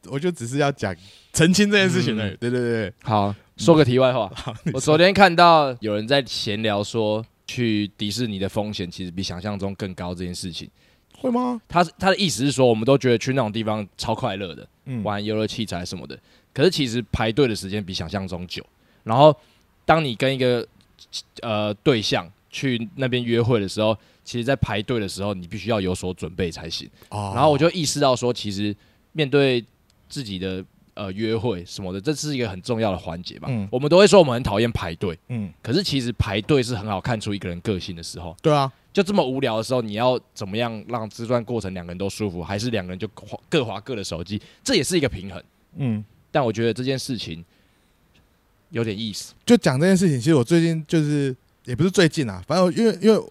[SPEAKER 2] 我就只是要讲澄清这件事情而已。
[SPEAKER 1] 嗯
[SPEAKER 2] 对对对，
[SPEAKER 1] 好，说个题外话，
[SPEAKER 2] 好，你
[SPEAKER 1] 我
[SPEAKER 2] 说
[SPEAKER 1] 昨天看到有人在闲聊说，去迪士尼的风险其实比想象中更高这件事情。
[SPEAKER 2] 会吗？
[SPEAKER 1] 他他的意思是说，我们都觉得去那种地方超快乐的，
[SPEAKER 2] 嗯，
[SPEAKER 1] 玩游乐器材什么的，可是其实排队的时间比想象中久。然后，当你跟一个呃对象去那边约会的时候，其实在排队的时候，你必须要有所准备才行。
[SPEAKER 2] 哦
[SPEAKER 1] 然后我就意识到说，其实面对自己的呃约会什么的，这是一个很重要的环节吧。
[SPEAKER 2] 嗯
[SPEAKER 1] 我们都会说我们很讨厌排队，
[SPEAKER 2] 嗯，
[SPEAKER 1] 可是其实排队是很好看出一个人个性的时候。
[SPEAKER 2] 对啊，
[SPEAKER 1] 就这么无聊的时候，你要怎么样让这段过程两个人都舒服，还是两个人就划各划各的手机？这也是一个平衡。
[SPEAKER 2] 嗯，
[SPEAKER 1] 但我觉得这件事情有点意思。
[SPEAKER 2] 就讲这件事情，其实我最近就是也不是最近啊，反正我因为因为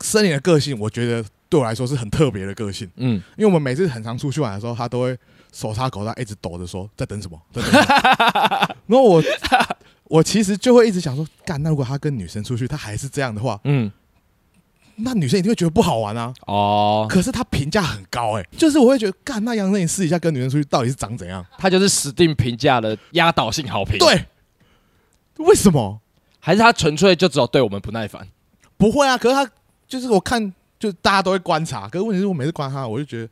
[SPEAKER 2] 森林的个性，我觉得对我来说是很特别的个性，
[SPEAKER 1] 嗯，
[SPEAKER 2] 因为我们每次很常出去玩的时候，他都会手插口袋一直抖着说在等 什么，在等什么。然后我我其实就会一直想说，干，那如果他跟女生出去，他还是这样的话，
[SPEAKER 1] 嗯，
[SPEAKER 2] 那女生一定会觉得不好玩啊。
[SPEAKER 1] 哦，
[SPEAKER 2] 可是他评价很高哎、就是我会觉得，干那杨振你试一下跟女生出去到底是长怎样？
[SPEAKER 1] 他就是死定评价的压倒性好评。，
[SPEAKER 2] 对，为什么
[SPEAKER 1] 还是他纯粹就只有对我们不耐烦。
[SPEAKER 2] 不会啊？可是他就是我看，就大家都会观察，可是问题是我每次观察他，我就觉得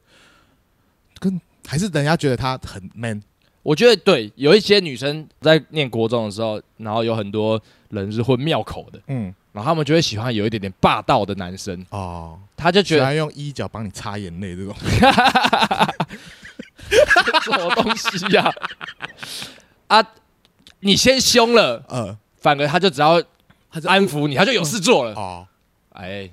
[SPEAKER 2] 跟还是人家觉得他很 man，
[SPEAKER 1] 我觉得对，有一些女生在念国中的时候，然后有很多人是混庙口的，
[SPEAKER 2] 嗯
[SPEAKER 1] 然后他们就会喜欢有一点点霸道的男生，
[SPEAKER 2] 哦，
[SPEAKER 1] 他就觉
[SPEAKER 2] 喜
[SPEAKER 1] 得
[SPEAKER 2] 欢用衣角帮你擦眼泪这种，
[SPEAKER 1] 什么东西呀、 啊？你先凶了，
[SPEAKER 2] 呃，
[SPEAKER 1] 反而他就只要
[SPEAKER 2] 他就
[SPEAKER 1] 安抚你，他就有事做了。
[SPEAKER 2] 哦，
[SPEAKER 1] 哎，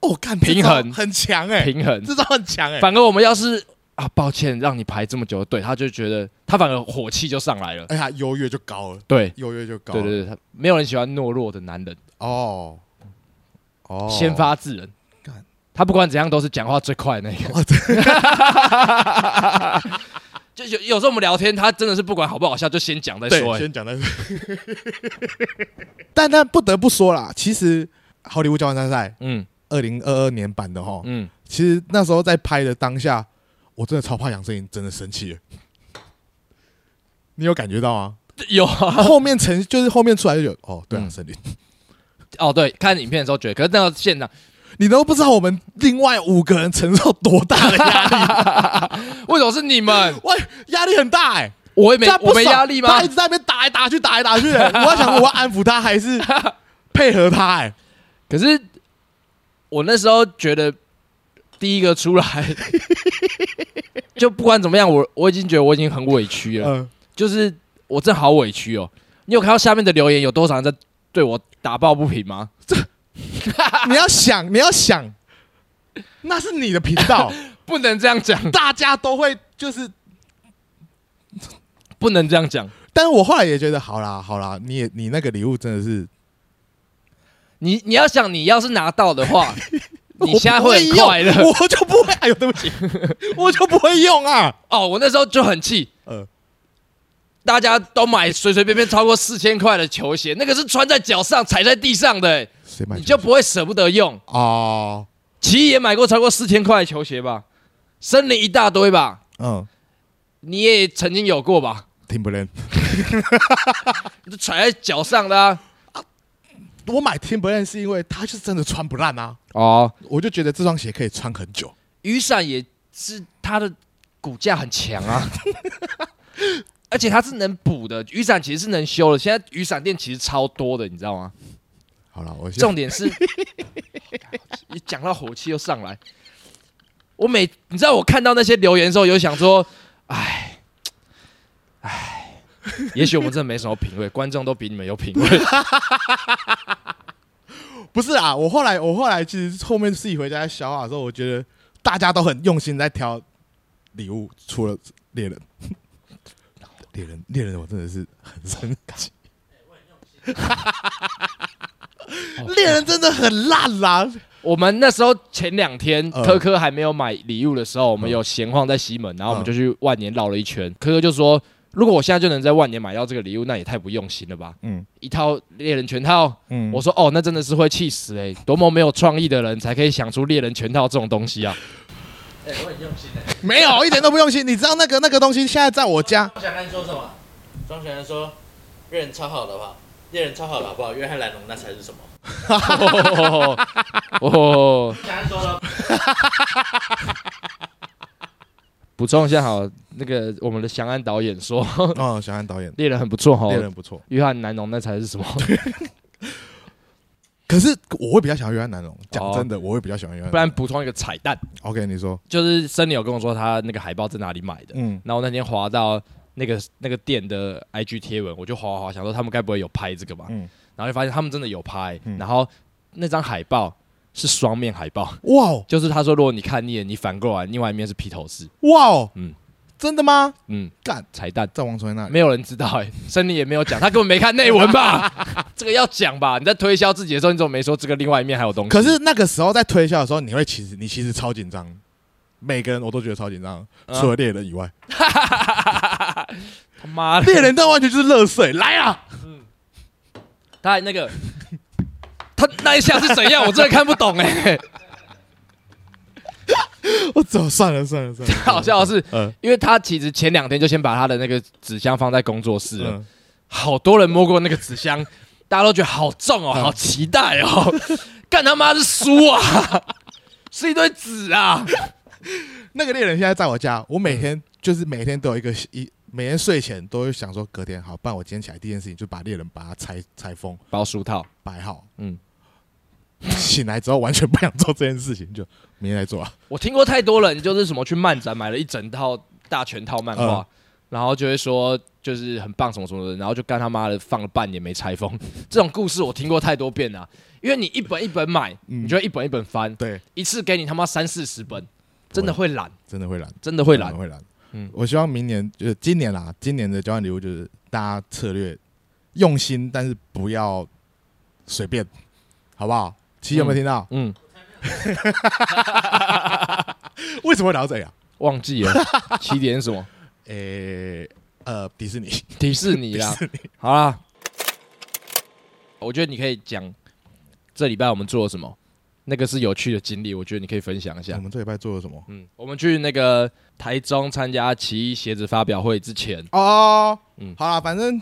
[SPEAKER 2] 哦，干
[SPEAKER 1] 平衡
[SPEAKER 2] 这招很强哎、
[SPEAKER 1] 平衡。
[SPEAKER 2] 这招很强哎、
[SPEAKER 1] 反而我们要是啊，抱歉让你排这么久的队，他就觉得他反而火气就上来了。
[SPEAKER 2] 哎呀，优越就高了，
[SPEAKER 1] 对，
[SPEAKER 2] 优越就高了，
[SPEAKER 1] 对对对，他没有人喜欢懦弱的男人，
[SPEAKER 2] 哦哦，
[SPEAKER 1] 先发制人
[SPEAKER 2] 干。
[SPEAKER 1] 他不管怎样都是讲话最快的那
[SPEAKER 2] 哦
[SPEAKER 1] 个。 就有有时候我们聊天，他真的是不管好不好笑，就先讲再
[SPEAKER 2] 对，
[SPEAKER 1] 说、哎
[SPEAKER 2] 先讲再说。 但但不得不说啦，其实《好莱坞交换大赛》
[SPEAKER 1] 嗯
[SPEAKER 2] 二零二二年版的哈，
[SPEAKER 1] 嗯，
[SPEAKER 2] 其实那时候在拍的当下，我真的超怕杨振宁，真的生气了。你有感觉到吗？
[SPEAKER 1] 有啊
[SPEAKER 2] 后面成就是后面出来就有哦，对啊，
[SPEAKER 1] 嗯
[SPEAKER 2] 森林，
[SPEAKER 1] 哦，对，看影片的时候觉得，可是那个现场
[SPEAKER 2] 你都不知道我们另外五个人承受多大的压 力，
[SPEAKER 1] 为什么是你们？
[SPEAKER 2] 喂，压力很大哎、
[SPEAKER 1] 我也没
[SPEAKER 2] 这样不
[SPEAKER 1] 我没
[SPEAKER 2] 爽
[SPEAKER 1] 压力吗？
[SPEAKER 2] 他一直在那边打来打去，打来打 去、欸，我在想我要安抚他还是配合他 哎、
[SPEAKER 1] 可是我那时候觉得第一个出来， 就不管怎么样，我我已经觉得我已经很委屈了，
[SPEAKER 2] 嗯，
[SPEAKER 1] 就是我真的好委屈哦。你有看到下面的留言有多少人在对我打抱不平吗？
[SPEAKER 2] 你要想，你要想，那是你的频 道，
[SPEAKER 1] 不能这样讲，
[SPEAKER 2] 大家都会就是。
[SPEAKER 1] 不能这样讲。
[SPEAKER 2] 但是我后来也觉得，好啦，好啦，你也你那个礼物真的是，
[SPEAKER 1] 你你要想，你要是拿到的 话，你
[SPEAKER 2] 我
[SPEAKER 1] 现在
[SPEAKER 2] 不会
[SPEAKER 1] 会很快
[SPEAKER 2] 用
[SPEAKER 1] 乐
[SPEAKER 2] 我就不会。哎呦，对不起， 我就不会用啊。
[SPEAKER 1] 哦。我那时候就很气，
[SPEAKER 2] 呃，
[SPEAKER 1] 大家都买随随便便超过四千块的球鞋，那个是穿在脚上、踩在地上的、欸
[SPEAKER 2] 谁买球鞋？
[SPEAKER 1] 你就不会舍不得用。
[SPEAKER 2] 哦，
[SPEAKER 1] 奇艺也买过超过四千块的球鞋吧？森林一大堆吧？
[SPEAKER 2] 嗯
[SPEAKER 1] 你也曾经有过吧？
[SPEAKER 2] ，Timberland，
[SPEAKER 1] 你都踩在脚上的啊！
[SPEAKER 2] 我买 Timberland 是因为它是真的穿不烂啊，
[SPEAKER 1] 哦，
[SPEAKER 2] 我就觉得这双鞋可以穿很久。
[SPEAKER 1] 雨伞也是它的骨架很强啊， 而且它是能补的，雨伞其实是能修的。现在雨伞店其实超多的，你知道吗？
[SPEAKER 2] 好了，我先
[SPEAKER 1] 重点是， 一讲到火气又上来。我每你知道我看到那些留言的时候，有想说，哎，也许我们真的没什么品味，观众都比你们有品味。
[SPEAKER 2] 不是啊，我后来我后来其实后面自己回家消化的时候，我觉得大家都很用心在挑礼物，除了猎人， 猎人猎人我真的是很生气，猎人真的很烂啦，
[SPEAKER 1] 我们那时候前两天
[SPEAKER 2] 呃
[SPEAKER 1] 科科还没有买礼物的时候，我
[SPEAKER 2] 嗯
[SPEAKER 1] 们有闲晃在西门，然后我们就去万年绕了一圈。科科就说：“如果我现在就能在万年买到这个礼物，那也太不用心了吧！
[SPEAKER 2] 嗯
[SPEAKER 1] 一套猎人全套。”
[SPEAKER 2] 嗯，
[SPEAKER 1] 我说：“哦，那真的是会气死哎、多么没有创意的人才可以想出猎人全套这种东 西啊！”
[SPEAKER 3] 哎
[SPEAKER 2] 没有一点都不用心，你知道那个那个东西现在在我家，
[SPEAKER 3] 庄小安说什么？庄小安说，猎人超好的好不好？猎人超好的好不好？约翰·兰农那才是什么？
[SPEAKER 1] 哦哦，
[SPEAKER 3] 庄小安说了，
[SPEAKER 1] 补充一下好，那个我们的翔安导演说
[SPEAKER 2] 哦，小安导演
[SPEAKER 1] 猎人很不错哈
[SPEAKER 2] 猎，人不错，
[SPEAKER 1] 约翰南农那才是什么？
[SPEAKER 2] 可是我会比较喜欢约翰南龙，讲真的，我会比较喜欢约翰
[SPEAKER 1] 哦不
[SPEAKER 2] 南
[SPEAKER 1] 然补充一个彩蛋，
[SPEAKER 2] 龙。OK，你说，
[SPEAKER 1] 就是森林有跟我说他那个海报在哪里买的，
[SPEAKER 2] 嗯
[SPEAKER 1] 然后那天滑到那个那个店的 IG 贴文，我就滑滑滑，想说他们该不会有拍这个吧？
[SPEAKER 2] 嗯，
[SPEAKER 1] 然后就发现他们真的有拍，
[SPEAKER 2] 嗯
[SPEAKER 1] 然后那张海报是双面海报，
[SPEAKER 2] 哇哦
[SPEAKER 1] 就是他说如果你看腻了，你反过来另外一面是披头士，
[SPEAKER 2] 哇哦，
[SPEAKER 1] 嗯
[SPEAKER 2] 真的吗？
[SPEAKER 1] 嗯，
[SPEAKER 2] 干，
[SPEAKER 1] 彩蛋。
[SPEAKER 2] 在王传那里，
[SPEAKER 1] 没有人知道哎、森林也没有讲，他根本没看内文吧？ 这个要讲吧？你在推销自己的时候，你怎么没说这个另外一面还有东西？
[SPEAKER 2] 可是那个时候在推销的时候，你会其实你其实超紧张，每个人我都觉得超紧张，
[SPEAKER 1] 嗯
[SPEAKER 2] 除了猎人以外，
[SPEAKER 1] 他妈的，
[SPEAKER 2] 猎人他完全就是乐色，来啊！
[SPEAKER 1] 他还那个，他那一下是怎样？我真的看不懂哎、
[SPEAKER 2] 我走，算了算了算了，
[SPEAKER 1] 好笑的是，
[SPEAKER 2] 嗯
[SPEAKER 1] 因为他其实前两天就先把他的那个纸箱放在工作室了，
[SPEAKER 2] 嗯，
[SPEAKER 1] 好多人摸过那个纸箱， 大家都觉得好重哦，好期待哦， 干他妈是书啊， 是一堆纸啊，
[SPEAKER 2] 那个猎人现在在我家，我每天就是每天都有一个一。每天睡前都会想说，隔天好，不然我今天起来第一件事情就把猎人把它拆拆封
[SPEAKER 1] 包书套，
[SPEAKER 2] 摆好。
[SPEAKER 1] 嗯，
[SPEAKER 2] 醒来之后完全不想做这件事情，就明天来做啊。
[SPEAKER 1] 我听过太多人就是什么去漫展买了一整套大全套漫画，然后就会说就是很棒什么什么的，然后就干他妈的放了半年没拆封。 这种故事我听过太多遍了、啊因为你一本一本买，
[SPEAKER 2] 嗯
[SPEAKER 1] 你就会一本一本翻，
[SPEAKER 2] 对，
[SPEAKER 1] 一次给你他妈三四十本，真的会懒，
[SPEAKER 2] 真的会懒，
[SPEAKER 1] 真的会懒
[SPEAKER 2] 真的。会懒。
[SPEAKER 1] 嗯
[SPEAKER 2] 我希望明年就是今年啦，今年的交换礼物就是大家策略用心，但是不要随便，好不好？琪有没有听到？
[SPEAKER 1] 嗯，
[SPEAKER 2] 为什么会聊到这里啊？
[SPEAKER 1] 忘 记了起点是什么？
[SPEAKER 2] 诶、呃，迪士尼，
[SPEAKER 1] 迪士尼啦，好啦，我觉得你可以讲这礼拜我们做了什么，那个是有趣的经历，我觉得你可以分享一下
[SPEAKER 2] 我。们这礼拜做了什么？
[SPEAKER 1] 嗯，我们去那个台中参加奇异鞋子发表会之前，
[SPEAKER 2] 哦，
[SPEAKER 1] 嗯
[SPEAKER 2] 好啦，反正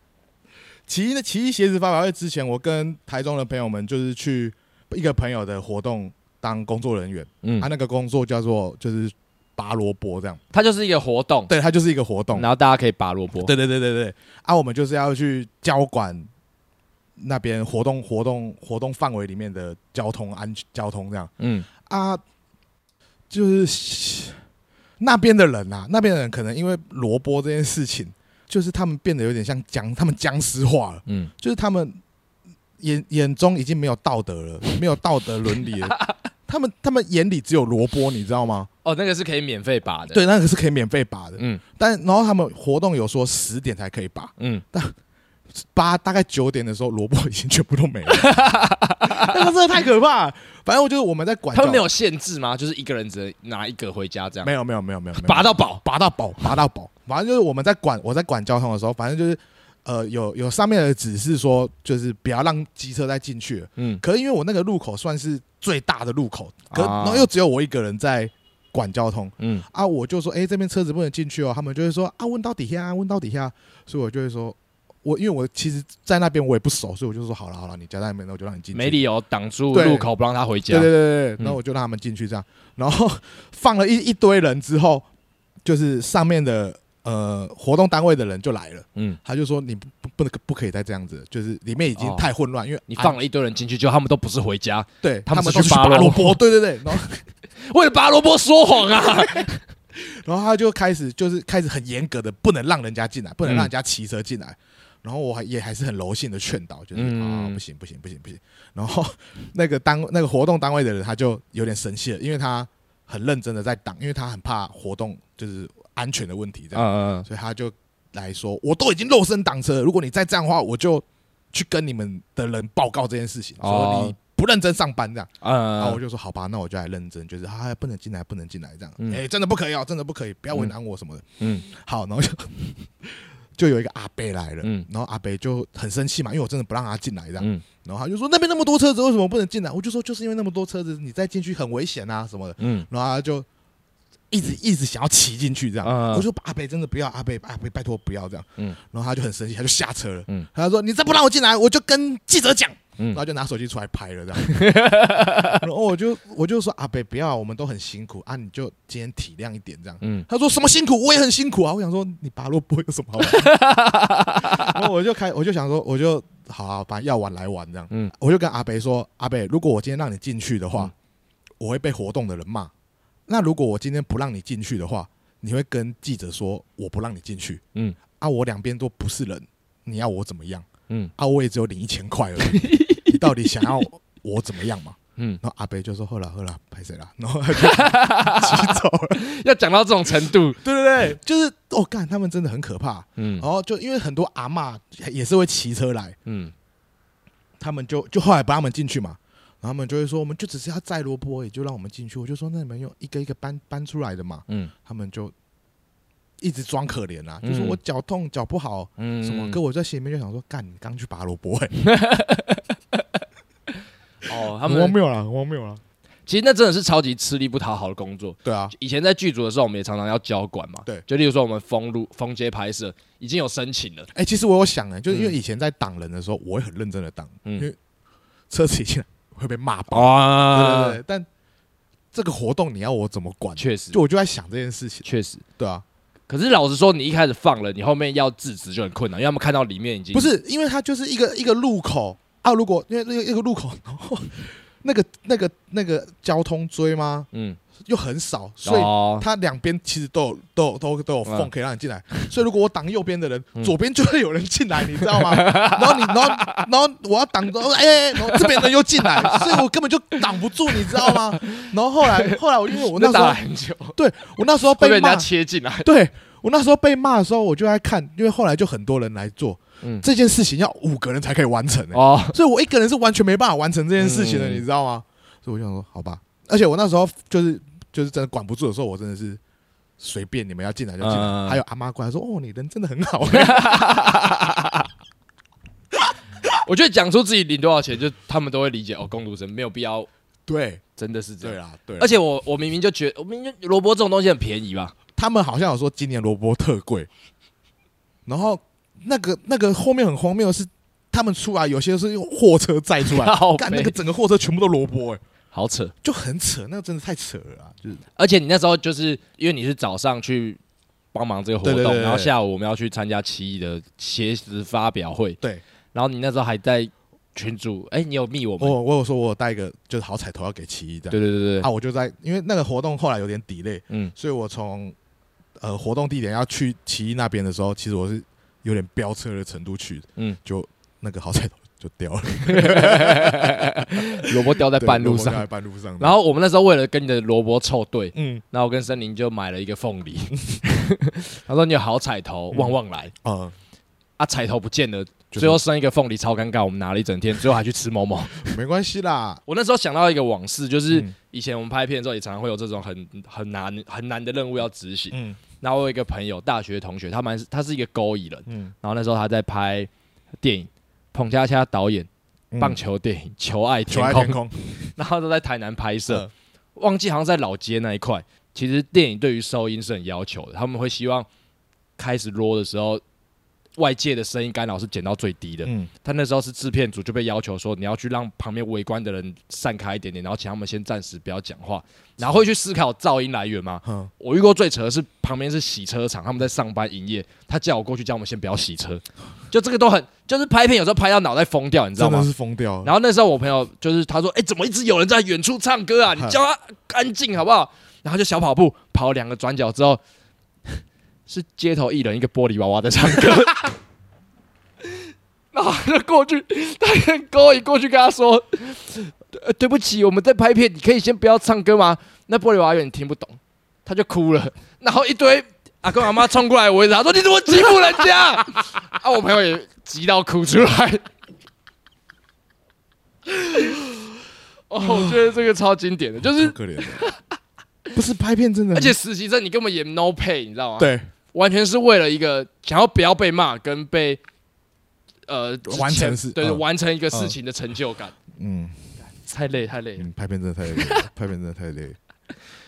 [SPEAKER 2] 奇异的奇异鞋子发表会之前，我跟台中的朋友们就是去一个朋友的活动当工作人员，
[SPEAKER 1] 嗯
[SPEAKER 2] 他、，那个工作叫做就是拔萝卜这样，
[SPEAKER 1] 它就是一个活动，
[SPEAKER 2] 对，它就是一个活动。
[SPEAKER 1] 然后大家可以拔萝卜，
[SPEAKER 2] 对对对对对，啊，我们就是要去交管那边活动活动活动范围里面的交通安全交通这样
[SPEAKER 1] 嗯，
[SPEAKER 2] 啊，就是那边的人啊，那边的人可能因为萝卜这件事情，就是他们变得有点像僵，他们僵尸化了，
[SPEAKER 1] 嗯，
[SPEAKER 2] 就是他们眼眼中已经没有道德了，没有道德伦理了。他们他们眼里只有萝卜，你知道吗？
[SPEAKER 1] 哦，那个是可以免费拔的，，
[SPEAKER 2] 对，那个是可以免费拔的，
[SPEAKER 1] 嗯
[SPEAKER 2] 但然后他们活动有说十点才可以拔，
[SPEAKER 1] 嗯，
[SPEAKER 2] 八大概九点的时候，萝卜 已经全部都没了，那个真的太可怕了。反正我就是我们在管
[SPEAKER 1] 他
[SPEAKER 2] 教，
[SPEAKER 1] 们没有限制吗？就是一个人只能拿一个回家这样，
[SPEAKER 2] 啊没有没有没有没有没有
[SPEAKER 1] 拔到饱，
[SPEAKER 2] 拔到宝拔到宝，反正就是我们在管我在管交通的时候，反正就是呃有有上面的指示说，就是不要让机车再进去了。
[SPEAKER 1] 嗯
[SPEAKER 2] 可是因为我那个路口算是最大的路口，可
[SPEAKER 1] 啊
[SPEAKER 2] 然后又只有我一个人在管交通，
[SPEAKER 1] 嗯，
[SPEAKER 2] 啊，我就说，哎、这边车子不能进去哦。他们就会说，啊，问到底下，问到底下。所以我就会说，我因为我其实，在那边我也不熟，所以我就说，好了好了，你家在那边，那我就让你进去。
[SPEAKER 1] 没理由挡住
[SPEAKER 2] 对
[SPEAKER 1] 路口不让他回
[SPEAKER 2] 对
[SPEAKER 1] 家，
[SPEAKER 2] 对对对，
[SPEAKER 1] 嗯
[SPEAKER 2] 然后我就让他们进去这样，然后放了一一堆人之后，就是上面的呃活动单位的人就来了，
[SPEAKER 1] 嗯，
[SPEAKER 2] 他就说你不不不能不可以再这样子，就是里面已经
[SPEAKER 1] 哦
[SPEAKER 2] 太混乱，因为
[SPEAKER 1] 你
[SPEAKER 2] 安
[SPEAKER 1] 放了一堆人进去，就他们都不是回家，
[SPEAKER 2] 对
[SPEAKER 1] 他们
[SPEAKER 2] 们
[SPEAKER 1] 是
[SPEAKER 2] 都
[SPEAKER 1] 去
[SPEAKER 2] 拔
[SPEAKER 1] 拔萝
[SPEAKER 2] 卜，对对对，然后
[SPEAKER 1] 为了拔萝卜说谎啊，
[SPEAKER 2] 然后他就开始就是开始很严格的，不能让人家
[SPEAKER 1] 嗯
[SPEAKER 2] 进来，不能让人家骑车进来。然后我还也还是很柔性的劝导，就是、
[SPEAKER 1] 嗯
[SPEAKER 2] 啊不行不行不行不行。然后那个单那个活动单位的人他就有点生气了，因为他很认真的在挡，因为他很怕活动就是安全的问题这样，
[SPEAKER 1] 嗯嗯
[SPEAKER 2] 所以他就来说我都已经肉身挡车了，如果你再这样的话，我就去跟你们的人报告这件事情，说
[SPEAKER 1] 哦
[SPEAKER 2] 你不认真上班这样。然啊后我
[SPEAKER 1] 嗯，
[SPEAKER 2] 就说好吧，那我就来认真，就是啊不能进来，不能进来这样。哎、
[SPEAKER 1] 嗯
[SPEAKER 2] 真的不可以哦，真的不可以，不要为难我什么的。
[SPEAKER 1] 嗯
[SPEAKER 2] 好，然后就 就有一个阿伯来了，
[SPEAKER 1] 嗯
[SPEAKER 2] 然后阿伯就很生气嘛，因为我真的不让他进来这样。
[SPEAKER 1] 嗯
[SPEAKER 2] 然后他就说那边那么多车子，为什么不能进来？我就说就是因为那么多车子，你再进去很危险啊什么的。
[SPEAKER 1] 嗯
[SPEAKER 2] 然后他就一直一直想要骑进去这样。
[SPEAKER 1] 嗯
[SPEAKER 2] 我就说阿北真的不要，阿北阿北拜托不要这样。
[SPEAKER 1] 嗯
[SPEAKER 2] 然后他就很生气，他就下车了。
[SPEAKER 1] 嗯
[SPEAKER 2] 他就说你再不让我进来，我就跟记者讲。
[SPEAKER 1] 嗯
[SPEAKER 2] 然后就拿手机出来拍了这样。 然后我就我就说阿北不要，我们都很辛苦啊，你就今天体谅一点这样。
[SPEAKER 1] 嗯
[SPEAKER 2] 他说什么辛苦，我也很辛苦啊。我想说你拔萝卜有什么好玩？然后我就开，我就想说，我就好啊，反正要玩来玩这样。
[SPEAKER 1] 嗯
[SPEAKER 2] 我就跟阿北说，阿北，如果我今天让你进去的话，
[SPEAKER 1] 嗯
[SPEAKER 2] 我会被活动的人骂。那如果我今天不让你进去的话，你会跟记者说我不让你进去。
[SPEAKER 1] 嗯
[SPEAKER 2] 啊，我两边都不是人，你要我怎么样？
[SPEAKER 1] 嗯
[SPEAKER 2] 啊，我也只有领一千块而已， 你到底想要我怎么样嘛？
[SPEAKER 1] 嗯，
[SPEAKER 2] 然后阿北就说：“喝了喝了，拍谁啦？”然 后他就骑走了。
[SPEAKER 1] 要讲到这种程度，
[SPEAKER 2] 对对对，就是哦，干他们真的很可怕。
[SPEAKER 1] 嗯
[SPEAKER 2] 然后就因为很多阿嬷也是会骑车来，
[SPEAKER 1] 嗯
[SPEAKER 2] 他们就就后来把他们进去嘛，然后他们就会说我们就只是要摘萝卜而已，就让我们进去。我就说那你们用一个一个搬搬出来的嘛，
[SPEAKER 1] 嗯
[SPEAKER 2] 他们就一直装可怜啊，就说
[SPEAKER 1] 嗯
[SPEAKER 2] 我脚痛脚不好
[SPEAKER 1] 嗯，
[SPEAKER 2] 什么。可我在心里面就想说，干你刚去拔萝卜、欸，
[SPEAKER 1] 哦，他
[SPEAKER 2] 很荒
[SPEAKER 1] 们
[SPEAKER 2] 谬了，很荒谬了。
[SPEAKER 1] 其实那真的是超级吃力不讨好的工作。
[SPEAKER 2] 对啊，
[SPEAKER 1] 以前在剧组的时候，我们也常常要交管嘛。
[SPEAKER 2] 对
[SPEAKER 1] 就例如说我们封路、封街拍摄已经有申请了，
[SPEAKER 2] 哎、其实我有想哎、就是因为
[SPEAKER 1] 嗯
[SPEAKER 2] 以前在挡人的时候，我会很认真的挡，
[SPEAKER 1] 嗯
[SPEAKER 2] 因为车子一进来会被骂爆。
[SPEAKER 1] 啊
[SPEAKER 2] 对对对，但这个活动你要我怎么管？
[SPEAKER 1] 确实
[SPEAKER 2] 就，我就在想这件事情。
[SPEAKER 1] 确实。
[SPEAKER 2] 对啊，
[SPEAKER 1] 可是老实说，你一开始放了，你后面要制止就很困难，因为他们看到里面已经
[SPEAKER 2] 不是因为它就是一个一个路口啊，如果因为那个一个路口，然后那个 那个那个交通锥吗？
[SPEAKER 1] 嗯，
[SPEAKER 2] 又很少，所以
[SPEAKER 1] 哦，
[SPEAKER 2] 它两边其实都有都有都有都有缝
[SPEAKER 1] 嗯
[SPEAKER 2] 可以让你进来。所以如果我挡右边的人，
[SPEAKER 1] 嗯
[SPEAKER 2] 左边就会有人进来，你知道 吗？然后你然后然后我要挡，然后哎、哎哎然后这边人又进来， 所以我根本就挡不住，你知道吗？然后后来后来我因为我那时
[SPEAKER 1] 打了
[SPEAKER 2] 候
[SPEAKER 1] 很久，
[SPEAKER 2] 我那时候
[SPEAKER 1] 会被
[SPEAKER 2] 被
[SPEAKER 1] 人
[SPEAKER 2] 骂
[SPEAKER 1] 家，切进 来。
[SPEAKER 2] 对我那时候被骂的时候，我就在看，因为后来就很多人来做
[SPEAKER 1] 嗯
[SPEAKER 2] 这件事情，要五个人才可以完成、欸，
[SPEAKER 1] 哦，
[SPEAKER 2] 所以我一个人是完全没办法完成这件事情的，
[SPEAKER 1] 嗯
[SPEAKER 2] 你知道吗？所以我就想说，好吧。而且我那时候就是就是真的管不住的时候，我真的是随便你们要进来就进来。
[SPEAKER 1] 嗯
[SPEAKER 2] 还有阿妈过来说：“哦，你人真的很好、欸
[SPEAKER 1] 我觉得讲出自己领多少钱，就他们都会理解哦，工读生没有必要，
[SPEAKER 2] 对
[SPEAKER 1] 真的是这
[SPEAKER 2] 对
[SPEAKER 1] 样。
[SPEAKER 2] 啦，对啦。啊
[SPEAKER 1] 而且我我明明就觉得，我明明就萝卜这种东西很便宜吧？
[SPEAKER 2] 他们好像有说今年萝卜特贵，然后那个那个后面很荒谬的是，他们出来有些是用货车载出来
[SPEAKER 1] 靠，
[SPEAKER 2] 干
[SPEAKER 1] 北
[SPEAKER 2] 那个整个货车全部都萝卜、欸，
[SPEAKER 1] 好扯。
[SPEAKER 2] 就很扯，那个真的太扯了啊！就是
[SPEAKER 1] 而且你那时候就是因为你是早上去帮忙这个活动，
[SPEAKER 2] 对对对对
[SPEAKER 1] 然后下午我们要去参加奇异的鞋子发表会，
[SPEAKER 2] 对
[SPEAKER 1] 然后你那时候还在群主，哎、你有密我们？
[SPEAKER 2] 我我有说我有带一个就是好彩头要给奇艺这样，
[SPEAKER 1] 对对对对，
[SPEAKER 2] 哦啊，我就在因为那个活动后来有点 delay，
[SPEAKER 1] 嗯
[SPEAKER 2] 所以我从呃活动地点要去奇艺那边的时候，其实我是有点飙车的程度去的，
[SPEAKER 1] 嗯，
[SPEAKER 2] 就那个好彩头就掉了，
[SPEAKER 1] 萝卜掉在
[SPEAKER 2] 对
[SPEAKER 1] 半路
[SPEAKER 2] 我
[SPEAKER 1] 上
[SPEAKER 2] 在。半路上，
[SPEAKER 1] 然后我们那时候为了跟你的萝卜凑对，
[SPEAKER 2] 嗯
[SPEAKER 1] 那我跟森林就买了一个凤梨，他说你有好彩头，旺旺来。
[SPEAKER 2] 嗯，
[SPEAKER 1] 啊，彩头不见了，
[SPEAKER 2] 就是
[SPEAKER 1] 最后剩一个凤梨，超尴尬。我们拿了一整天，最后还去吃某某。
[SPEAKER 2] 没关系啦，
[SPEAKER 1] 我那时候想到一个往事，就是
[SPEAKER 2] 嗯
[SPEAKER 1] 以前我们拍片的时候，也常常会有这种很很难很难的任务要执行。
[SPEAKER 2] 嗯
[SPEAKER 1] 然后我有一个朋友，大学同学，他蛮他是一个勾引人，
[SPEAKER 2] 嗯，
[SPEAKER 1] 然后那时候他在拍电影，彭恰恰导演棒球电影《求爱
[SPEAKER 2] 嗯球
[SPEAKER 1] 天
[SPEAKER 2] 爱
[SPEAKER 1] 空
[SPEAKER 2] 天》，空，
[SPEAKER 1] 然后都在台南拍摄
[SPEAKER 2] 嗯，
[SPEAKER 1] 忘记好像在老街那一块。其实电影对于收音是很要求的，他们会希望开始播的时候，外界的声音干扰是减到最低的。
[SPEAKER 2] 嗯
[SPEAKER 1] 他那时候是制片组就被要求说，你要去让旁边围观的人散开一点点，然后请他们先暂时不要讲话，然后会去思考噪音来源吗？
[SPEAKER 2] 哼，
[SPEAKER 1] 我遇过最扯的是旁边是洗车场，他们在上班营业，他叫我过去叫我们先不要洗车，就这个都很就是拍片有时候拍到脑袋疯掉，你知道
[SPEAKER 2] 真的
[SPEAKER 1] 吗？
[SPEAKER 2] 是疯掉了，
[SPEAKER 1] 然后那时候我朋友就是他说，哎、怎么一直有人在远处唱歌啊？你叫他安静好不好？然后就小跑步跑两个转角之后， 是街头艺人一个玻璃娃娃在唱歌， 然后他就过去，他跟勾引过去跟他说、呃对不起，我们在拍片，你可以先不要唱歌吗？”那玻璃娃娃有点听不懂，他就哭了，然后一堆。阿公阿妈冲过来围着他说：“你怎么欺负人家？” 啊，我朋友也急到哭出来。 哦，我觉得这个超经典的，就是
[SPEAKER 2] 好可怜的 不是拍片真的很，
[SPEAKER 1] 而且实习生你根本也 no pay，你知道吗？，
[SPEAKER 2] 对
[SPEAKER 1] 完全是为了一个想要不要被骂跟被呃
[SPEAKER 2] 完成
[SPEAKER 1] 前
[SPEAKER 2] 事
[SPEAKER 1] 对、
[SPEAKER 2] 嗯
[SPEAKER 1] 完成一个事情的成就感，
[SPEAKER 2] 嗯
[SPEAKER 1] 太累太累了。
[SPEAKER 2] 嗯，拍片真的太累了， 拍片真的太累了，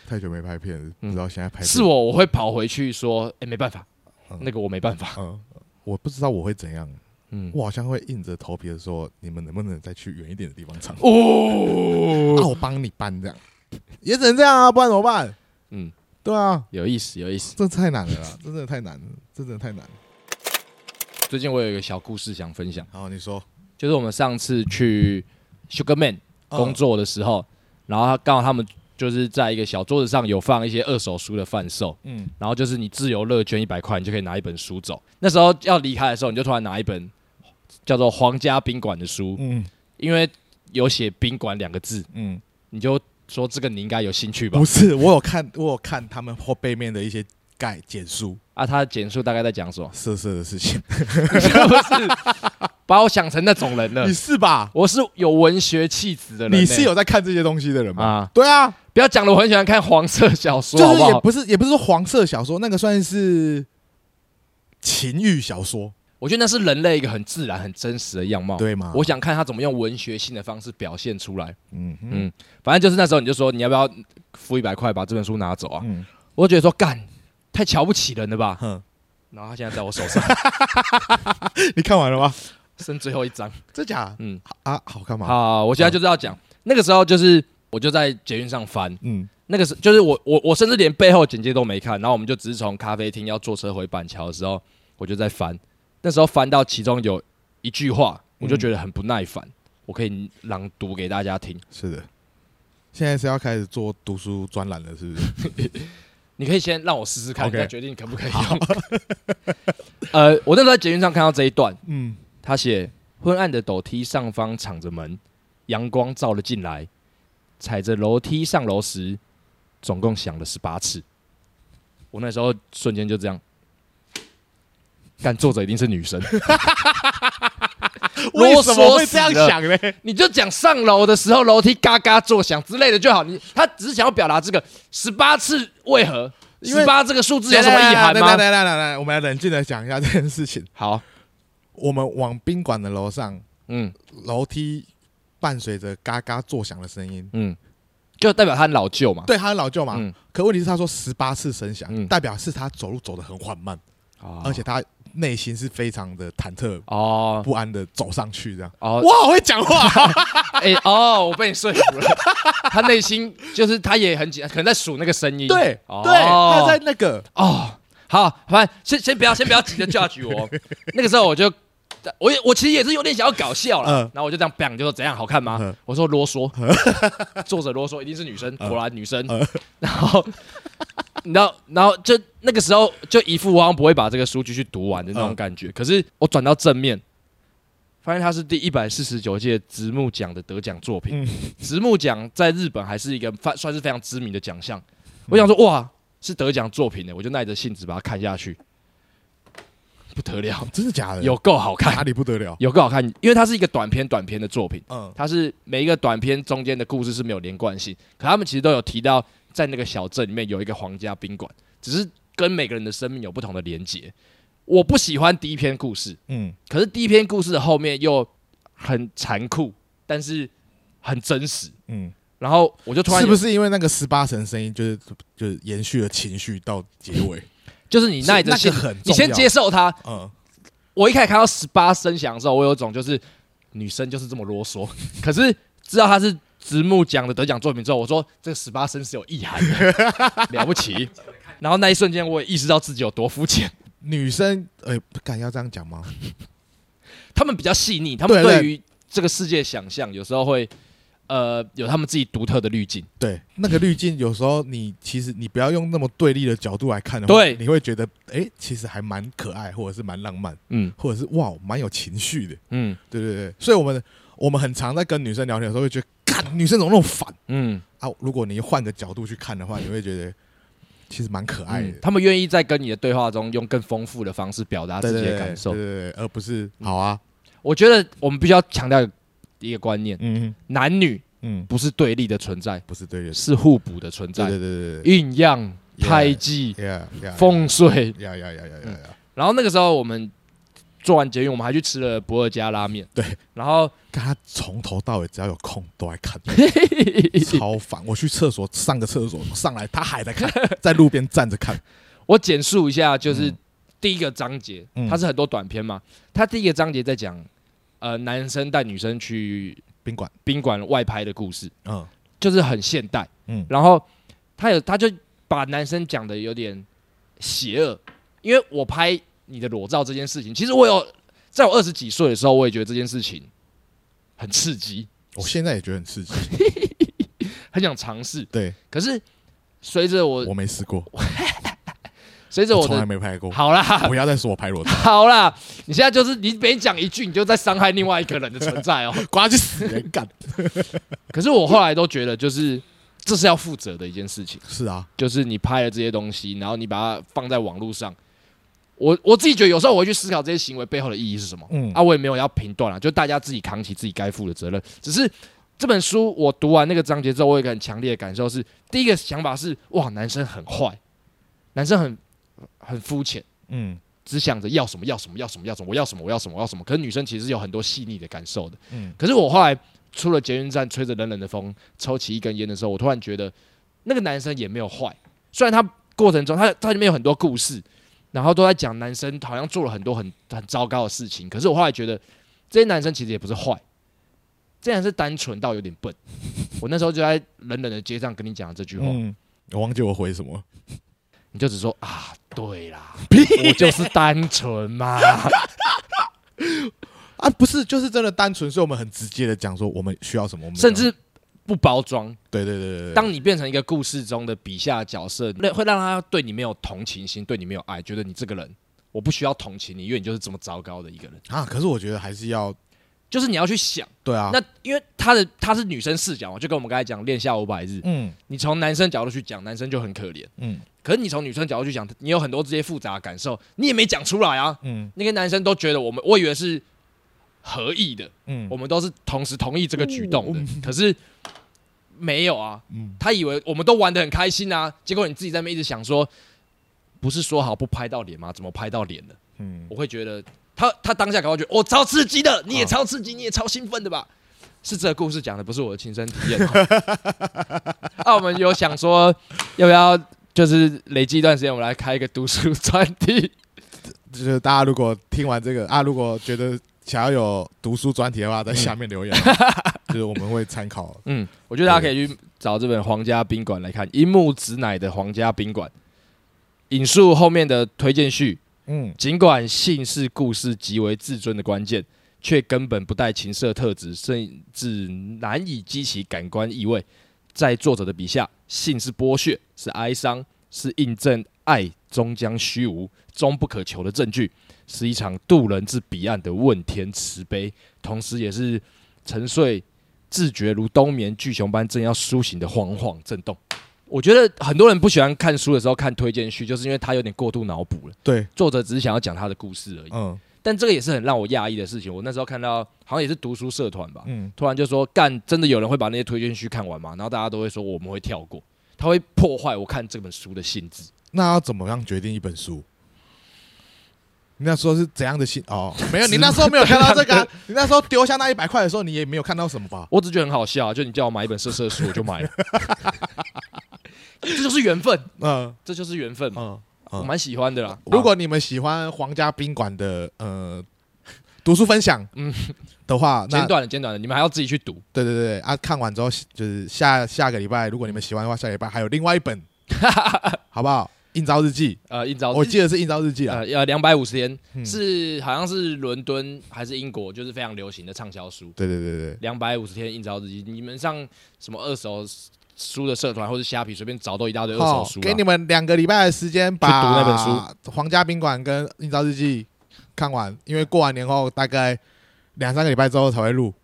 [SPEAKER 2] 太久没拍片了，不知道现在拍片
[SPEAKER 1] 嗯是哦我，我会跑回去说，哎、没办法
[SPEAKER 2] 嗯，
[SPEAKER 1] 那个我没办法。
[SPEAKER 2] 嗯，我不知道我会怎样，
[SPEAKER 1] 嗯，
[SPEAKER 2] 我好像会硬着头皮的说，你们能不能再去远一点的地方 唱？
[SPEAKER 1] 哦，
[SPEAKER 2] 啊，我帮你搬这样，也只能这样啊，不然怎么办？
[SPEAKER 1] 嗯，
[SPEAKER 2] 对啊，
[SPEAKER 1] 有意思，有意思。
[SPEAKER 2] 这太难了啦，这真的太难了，这真的太难了。
[SPEAKER 1] 最近我有一个小故事想分享，
[SPEAKER 2] 好，你说
[SPEAKER 1] 就是我们上次去 Sugar
[SPEAKER 2] 嗯
[SPEAKER 1] Man 工，作的时候，然后他刚好他们就是在一个小桌子上有放一些二手书的贩售，
[SPEAKER 2] 嗯
[SPEAKER 1] 然后就是你自由乐捐一百块，你就可以拿一本书走。那时候要离开的时候，你就突然拿一本叫做《皇家宾馆》的书，
[SPEAKER 2] 嗯
[SPEAKER 1] 因为有写“宾馆”两个字，
[SPEAKER 2] 嗯，
[SPEAKER 1] 你就说这个你应该有兴趣吧
[SPEAKER 2] 不？是，我有看，我有看他们后背面的一些盖简述？
[SPEAKER 1] 啊，他的简述大概在讲什么
[SPEAKER 2] 色色的事情，
[SPEAKER 1] 不是，把我想成那种人了
[SPEAKER 2] 你。是吧？
[SPEAKER 1] 我是有文学气质嗯的人呢、
[SPEAKER 2] 你是有在看这些东西的人吗？
[SPEAKER 1] 啊？
[SPEAKER 2] 对啊，
[SPEAKER 1] 不要讲了，我很喜欢看黄色小
[SPEAKER 2] 就
[SPEAKER 1] 说，好
[SPEAKER 2] 是
[SPEAKER 1] 不
[SPEAKER 2] 也
[SPEAKER 1] 好？
[SPEAKER 2] 不是也不是说黄色小说，那个算是情欲小说，
[SPEAKER 1] 我觉得那是人类一个很自然、很真实的样貌。
[SPEAKER 2] 对吗？
[SPEAKER 1] 我想看他怎么用文学性的方式表现出来。
[SPEAKER 2] 嗯哼
[SPEAKER 1] 嗯，反正就是那时候你就说你要不要付一百块把这本书拿走啊？
[SPEAKER 2] 嗯
[SPEAKER 1] 我就觉得说干，太瞧不起人了吧。
[SPEAKER 2] 哼，
[SPEAKER 1] 然后他现在在我手上
[SPEAKER 2] 你看完了吗？
[SPEAKER 1] 剩最后一张。
[SPEAKER 2] 真假？
[SPEAKER 1] 嗯，
[SPEAKER 2] 啊， 好看吗？
[SPEAKER 1] 好，我现在就是要讲那个时候就是。我就在捷运上翻，
[SPEAKER 2] 嗯
[SPEAKER 1] 那个是就是我我我甚至连背后简介都没看，然后我们就只是从咖啡厅要坐车回板桥的时候，我就在翻，那时候翻到其中有一句话，我就觉得很不耐烦，我可以朗读给大家听。
[SPEAKER 2] 是的。现在是要开始做读书专栏了，是 不是？
[SPEAKER 1] 你可以先让我试试看
[SPEAKER 2] OK
[SPEAKER 1] 你再决定可不可以用。 呃，我那时候在捷运上看到这一段，
[SPEAKER 2] 嗯，
[SPEAKER 1] 他写：昏暗的楼梯上方敞着门，阳光照了进来，踩着楼梯上楼时，总共响了十八次。我那时候瞬间就这样，干作者一定是女生，
[SPEAKER 2] 为什么会这样
[SPEAKER 1] 啰嗦死了
[SPEAKER 2] 想呢？
[SPEAKER 1] 你就讲上楼的时候楼梯嘎嘎作响之类的就好。你他只是想要表达这个十八次为何？
[SPEAKER 2] 因为
[SPEAKER 1] 十八这个数字有什么意涵
[SPEAKER 2] 来来
[SPEAKER 1] 吗？
[SPEAKER 2] 来来来来，我们来冷静的讲一下这件事情。
[SPEAKER 1] 好，
[SPEAKER 2] 我们往宾馆的楼上，
[SPEAKER 1] 嗯
[SPEAKER 2] 楼梯伴随着嘎嘎作响的声音，
[SPEAKER 1] 嗯，就代表他很老旧嘛。
[SPEAKER 2] 对，他很老旧嘛。
[SPEAKER 1] 嗯
[SPEAKER 2] 可问题是，他说十八次声响，
[SPEAKER 1] 嗯
[SPEAKER 2] 代表是他走路走得很缓慢，
[SPEAKER 1] 哦
[SPEAKER 2] 而且他内心是非常的忐忑
[SPEAKER 1] 哦
[SPEAKER 2] 不安的走上去这样。
[SPEAKER 1] 哦
[SPEAKER 2] 哇，好会讲话啊、
[SPEAKER 1] 哎、哦，我被你说服了。他内心就是他也很紧张，可能在数那个声音。
[SPEAKER 2] 对、
[SPEAKER 1] 哦、
[SPEAKER 2] 对，他在那个
[SPEAKER 1] 哦，好，反正先先不要先不要急着 judge 我。 那个时候我就我也我其实也是有点想要搞笑了，
[SPEAKER 2] 嗯
[SPEAKER 1] 然后我就这样 bang 就说怎样好看吗？
[SPEAKER 2] 嗯
[SPEAKER 1] 我说啰嗦， 作者啰嗦一定是女生，果然女生。
[SPEAKER 2] 嗯
[SPEAKER 1] 然后你知道，然后就那个时候就一副我好像不会把这个书继续读完的那种
[SPEAKER 2] 嗯
[SPEAKER 1] 感觉。可是我转到正面。发现它是第一百四十九届直木奖的得奖作
[SPEAKER 2] 嗯
[SPEAKER 1] 品。直木奖在日本还是一个算算是非常知名的奖项。
[SPEAKER 2] 嗯
[SPEAKER 1] 我想说，哇，是得奖作品欸的，我就耐着性子把它看下去，不得了，
[SPEAKER 2] 哦真的假的？
[SPEAKER 1] 有够好
[SPEAKER 2] 哎哪
[SPEAKER 1] 看，
[SPEAKER 2] 里不得了？
[SPEAKER 1] 有够好看，因为它是一个短篇短篇的作品，
[SPEAKER 2] 嗯
[SPEAKER 1] 它是每一个短篇中间的故事是没有连贯性，可他们其实都有提到，在那个小镇里面有一个皇家宾馆，只是跟每个人的生命有不同的连结。我不喜欢第一篇故事，
[SPEAKER 2] 嗯
[SPEAKER 1] 可是第一篇故事的后面又很残酷，但是很真实。
[SPEAKER 2] 嗯，
[SPEAKER 1] 然后我就突然
[SPEAKER 2] 是不
[SPEAKER 1] 有
[SPEAKER 2] 是因为那个十八层声音，就是就是延续了情绪到结尾？
[SPEAKER 1] 就是你耐着
[SPEAKER 2] 是
[SPEAKER 1] 性
[SPEAKER 2] 那个很，
[SPEAKER 1] 你
[SPEAKER 2] 重要
[SPEAKER 1] 先接受它，
[SPEAKER 2] 嗯，
[SPEAKER 1] 我一开始看到十八声响的时候，我有一种就是女生就是这么啰嗦。 可是知道她是直木奖的得奖作品之后，我说这个十八声是有意涵的， 了不起。然后那一瞬间，我也意识到自己有多肤浅。
[SPEAKER 2] 女生哎，不敢要这样讲吗？
[SPEAKER 1] 他们比较细腻，他
[SPEAKER 2] 对
[SPEAKER 1] 们
[SPEAKER 2] 对
[SPEAKER 1] 对于这个世界想象有时候会呃有他们自己独特的滤镜。
[SPEAKER 2] 对，那个滤镜有时候你其实你不要用那么对立的角度来看的话，
[SPEAKER 1] 对
[SPEAKER 2] 你会觉得哎、诶其实还蛮可爱，或者是蛮浪漫，
[SPEAKER 1] 嗯
[SPEAKER 2] 或者是哇，蛮有情绪的。
[SPEAKER 1] 嗯
[SPEAKER 2] 对对对，所以我们我们很常在跟女生聊天的时候会觉得，干女生怎么那么烦
[SPEAKER 1] 嗯，
[SPEAKER 2] 啊？如果你换个角度去看的话，你会觉得其实蛮可爱的。
[SPEAKER 1] 嗯他们愿意在跟你的对话中用更丰富的方式表达
[SPEAKER 2] 对
[SPEAKER 1] 自
[SPEAKER 2] 对
[SPEAKER 1] 己的
[SPEAKER 2] 对
[SPEAKER 1] 感受嗯
[SPEAKER 2] 对。对对，而不是好啊，
[SPEAKER 1] 我觉得我们必须要强调一个观念：
[SPEAKER 2] 嗯
[SPEAKER 1] 男女
[SPEAKER 2] 嗯，
[SPEAKER 1] 不是对立的存在，
[SPEAKER 2] 不是对的，
[SPEAKER 1] 是互补的存
[SPEAKER 2] 对
[SPEAKER 1] 在。
[SPEAKER 2] 对对对对
[SPEAKER 1] 酝酿、
[SPEAKER 2] Yeah
[SPEAKER 1] 胎记、
[SPEAKER 2] ，yeah yeah，
[SPEAKER 1] 风水。
[SPEAKER 2] 呀呀呀呀
[SPEAKER 1] 嗯
[SPEAKER 2] 呀呀，
[SPEAKER 1] 然后那个时候我们做完捷运，我们还去吃了不二家拉面。
[SPEAKER 2] 对，
[SPEAKER 1] 然后
[SPEAKER 2] 看他从头到尾只要有空都在 看，超烦。我去厕所上个厕所上来，他还在看， 在路边站着看，
[SPEAKER 1] 我简述一下，就是第一个章节，
[SPEAKER 2] 嗯
[SPEAKER 1] 它是很多短片嘛。它第一个章节在讲，呃，男生带女生去
[SPEAKER 2] 宾馆，
[SPEAKER 1] 宾馆外拍的故事，
[SPEAKER 2] 嗯
[SPEAKER 1] 就是很现代。
[SPEAKER 2] 嗯
[SPEAKER 1] 然后他有，他就把男生讲的有点邪恶，因为我拍你的裸照这件事情，其实我有，在我二十几岁的时候，我也觉得这件事情很刺激，
[SPEAKER 2] 我现在也觉得很刺激，
[SPEAKER 1] 很想尝试。
[SPEAKER 2] 对
[SPEAKER 1] 可是随着我，
[SPEAKER 2] 我没试过，
[SPEAKER 1] 随着
[SPEAKER 2] 我
[SPEAKER 1] 我
[SPEAKER 2] 从来
[SPEAKER 1] 的
[SPEAKER 2] 没拍过。
[SPEAKER 1] 好啦，
[SPEAKER 2] 不要再说 我拍裸照，
[SPEAKER 1] 好啦，你现在就是你每讲一句，你就在伤害另外一个人的 存在哦。
[SPEAKER 2] 瓜去死人干。
[SPEAKER 1] 可是我后来都觉得，就是这是要负责的一件事情，
[SPEAKER 2] 是啊，
[SPEAKER 1] 就是你拍了这些东西，然后你把它放在网络上。我我自己觉得有时候我会去思考这些行为背后的意义是什么。
[SPEAKER 2] 嗯
[SPEAKER 1] 啊，我也没有要评断啊，就大家自己扛起自己该负的责任。只是这本书我读完那个章节之后，我有一个很强烈的感受是，第一个想法是哇，男生很坏，男生很很肤浅。
[SPEAKER 2] 嗯
[SPEAKER 1] 只想着要什么要什么要什么要什么，我要什么我要什么我要什么。可是女生其实有很多细腻的感受的。
[SPEAKER 2] 嗯
[SPEAKER 1] 可是我后来出了捷运站，吹着冷冷的风，抽起一根烟的时候，我突然觉得那个男生也没有坏，虽然他过程中他他里面有很多故事，然后都在讲男生好像做了很多很很糟糕的事情。可是我后来觉得这些男生其实也不是坏，这些人是单纯到有点笨。我那时候就在冷冷的街上跟你讲了这句话，
[SPEAKER 2] 嗯，我忘记我回什么。
[SPEAKER 1] 你就只说啊，对啦，我就是单 纯嘛。
[SPEAKER 2] 啊，不是，就是真的单纯，所以我们很直接的讲说我们需要什么，我们
[SPEAKER 1] 甚至不包装。
[SPEAKER 2] 对对对对对，
[SPEAKER 1] 当你变成一个故事中的笔下角色，那会让他对你没有同情心，对你没有爱，觉得你这个人我不需要同情你，因为你就是这么糟糕的一个人。
[SPEAKER 2] 啊，可是我觉得还是要
[SPEAKER 1] 就是你要去想，
[SPEAKER 2] 对啊，
[SPEAKER 1] 那因为他的他是女生视角嘛，就跟我们刚才讲《恋下五百日》，
[SPEAKER 2] 嗯
[SPEAKER 1] 你从男生角度去讲，男生就很可怜；
[SPEAKER 2] 嗯
[SPEAKER 1] 可是你从女生角度去讲，你有很多这些复杂的感受，你也没讲出来啊。
[SPEAKER 2] 嗯
[SPEAKER 1] 那些男生都觉得我们，我以为是合意的，
[SPEAKER 2] 嗯
[SPEAKER 1] 我们都是同时同意这个举动的，可是没有啊。
[SPEAKER 2] 嗯
[SPEAKER 1] 他以为我们都玩的很开心啊，结果你自己在那边一直想说，不是说好不拍到脸吗？怎么拍到脸了？
[SPEAKER 2] 嗯，
[SPEAKER 1] 我会觉得他他当下搞到觉得我、超刺激的，你也超刺激，你也超兴奋的吧？是这个故事讲的，不是我的亲身体验哦。啊，我们有想说要不要就是累积一段时间，我们来开一个读书专题？
[SPEAKER 2] 就是大家如果听完这个啊，如果觉得想要有读书专题的话，在下面 留言，就是我们会参考。
[SPEAKER 1] 嗯，我觉得大家可以去找这本《皇家宾馆》来看，樱木直乃的《皇家宾馆》，引述后面的推荐序。
[SPEAKER 2] 嗯
[SPEAKER 1] 尽管性是故事极为自尊的关键，却根本不带情色特质，甚至难以激起感官意味。在作者的笔下，性是剥削，是哀伤，是印证爱终将虚无、终不可求的证据，是一场渡人至彼岸的问天慈悲，同时也是沉睡、自觉如冬眠巨熊般正要苏醒的惶惶震动。我觉得很多人不喜欢看书的时候看推荐序，就是因为他有点过度脑补了。
[SPEAKER 2] 对，
[SPEAKER 1] 作者只是想要讲他的故事而已。
[SPEAKER 2] 嗯
[SPEAKER 1] 但这个也是很让我讶异的事情。我那时候看到，好像也是读书社团吧，
[SPEAKER 2] 嗯
[SPEAKER 1] 突然就说干，真的有人会把那些推荐序看完吗？然后大家都会说我们会跳过，他会破坏我看这本书的性质。
[SPEAKER 2] 那要怎么样决定一本书？你那时候是怎样的心？哦， 没有，你那时候没有看到 这个啊、你那时候丢下那一百块的时候，你也没有看到什么吧？
[SPEAKER 1] 我只觉得很好笑、啊，就你叫我买一本色色的书，我就买了。 这就是缘分，
[SPEAKER 2] 嗯
[SPEAKER 1] 这就是缘分嘛，
[SPEAKER 2] 嗯，哦
[SPEAKER 1] 我蛮喜欢的啦。
[SPEAKER 2] 如果你们喜欢皇家宾馆的呃读书分享，嗯的话，那
[SPEAKER 1] 简短的，简短的，你们还要自己去读。
[SPEAKER 2] 对对对啊，看完之 后就是下下个礼拜，如果你们喜欢的话，下个礼拜还有另外一本，好不好？应招日记，
[SPEAKER 1] 呃，应招，
[SPEAKER 2] 我记得是应招日记啊。
[SPEAKER 1] 呃要两百五十天，
[SPEAKER 2] 嗯
[SPEAKER 1] 是好像是伦敦还是英国，就是非常流行的畅销书。
[SPEAKER 2] 对对对对，
[SPEAKER 1] 两百五十天印钞日记，你们上什么二手书的社团或者虾皮随便找都一大堆二手
[SPEAKER 2] 好
[SPEAKER 1] 书、啊，
[SPEAKER 2] 给你们两个礼拜的时间把
[SPEAKER 1] 去读那本
[SPEAKER 2] 书《皇家宾馆》跟《应招日记》看完，因为过完年后大概两三个礼拜之后才会录，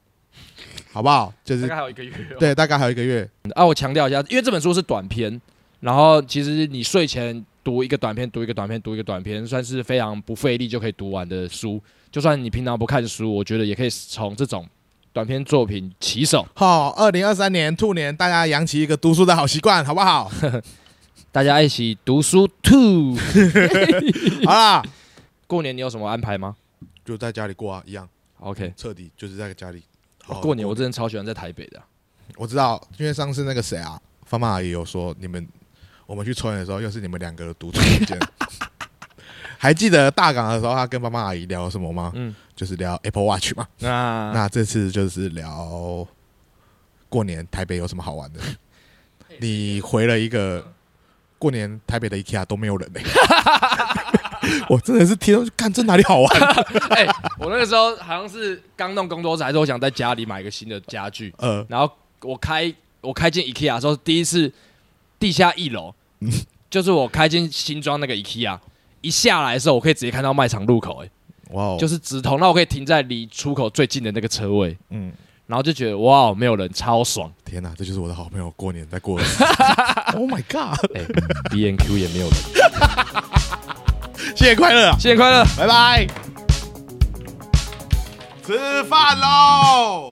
[SPEAKER 2] 好不好？就
[SPEAKER 1] 大
[SPEAKER 2] 是
[SPEAKER 1] 概还有一个月、哦。
[SPEAKER 2] 对，大概还有一个月。
[SPEAKER 1] 啊，我强调一下，因为这本书是短篇，然后其实你睡前读一个短篇，读一个短篇，读一个短篇，算是非常不费力就可以读完的书。就算你平常不看书，我觉得也可以从这种短篇作品起手。
[SPEAKER 2] 好，二零二三年兔年，大家养起一个读书的好习惯，好不好？
[SPEAKER 1] 大家一起读书 too。
[SPEAKER 2] 好啦，
[SPEAKER 1] 过年你有什么安排吗
[SPEAKER 2] 就在家里过啊，一样
[SPEAKER 1] ？OK，、
[SPEAKER 2] 彻底就是在家里。好
[SPEAKER 1] 哦、过年我真的超喜欢在台北的啊、
[SPEAKER 2] 我知道，因为上次那个谁啊，方妈阿姨有说，你们我们去抽烟的时候，又是你们两个的独处 时间。还记得大港的时候，她跟方妈阿姨聊什么吗？
[SPEAKER 1] 嗯，啊
[SPEAKER 2] 就是聊 Apple Watch 嘛。
[SPEAKER 1] 那
[SPEAKER 2] 那这次就是聊过年台北有什么好玩的。你回了一个过年台北的 IKEA 都没有人呢、欸 我真的是听到看这哪里好玩？
[SPEAKER 1] 哎、我那个时候好像是刚弄工作室，还是我想在家里买一个新的家具，
[SPEAKER 2] 呃，
[SPEAKER 1] 然后我开我开进 IKEA 的时候，第一次地下一楼，
[SPEAKER 2] 嗯
[SPEAKER 1] 就是我开进新庄那个 IKEA，一下来的时候，我可以直接看到卖场入口、哎，
[SPEAKER 2] 哇哦，
[SPEAKER 1] 就是直通，那我可以停在离出口最近的那个车位，
[SPEAKER 2] 嗯，
[SPEAKER 1] 然后就觉得哇，没有人，超爽。
[SPEAKER 2] 天哪，这就是我的好朋友过年在 过的日子。Oh my god！
[SPEAKER 1] 哎、b N Q 也没有人，
[SPEAKER 2] 新年快乐啊！
[SPEAKER 1] 新年快乐！
[SPEAKER 2] 拜拜，吃饭喽。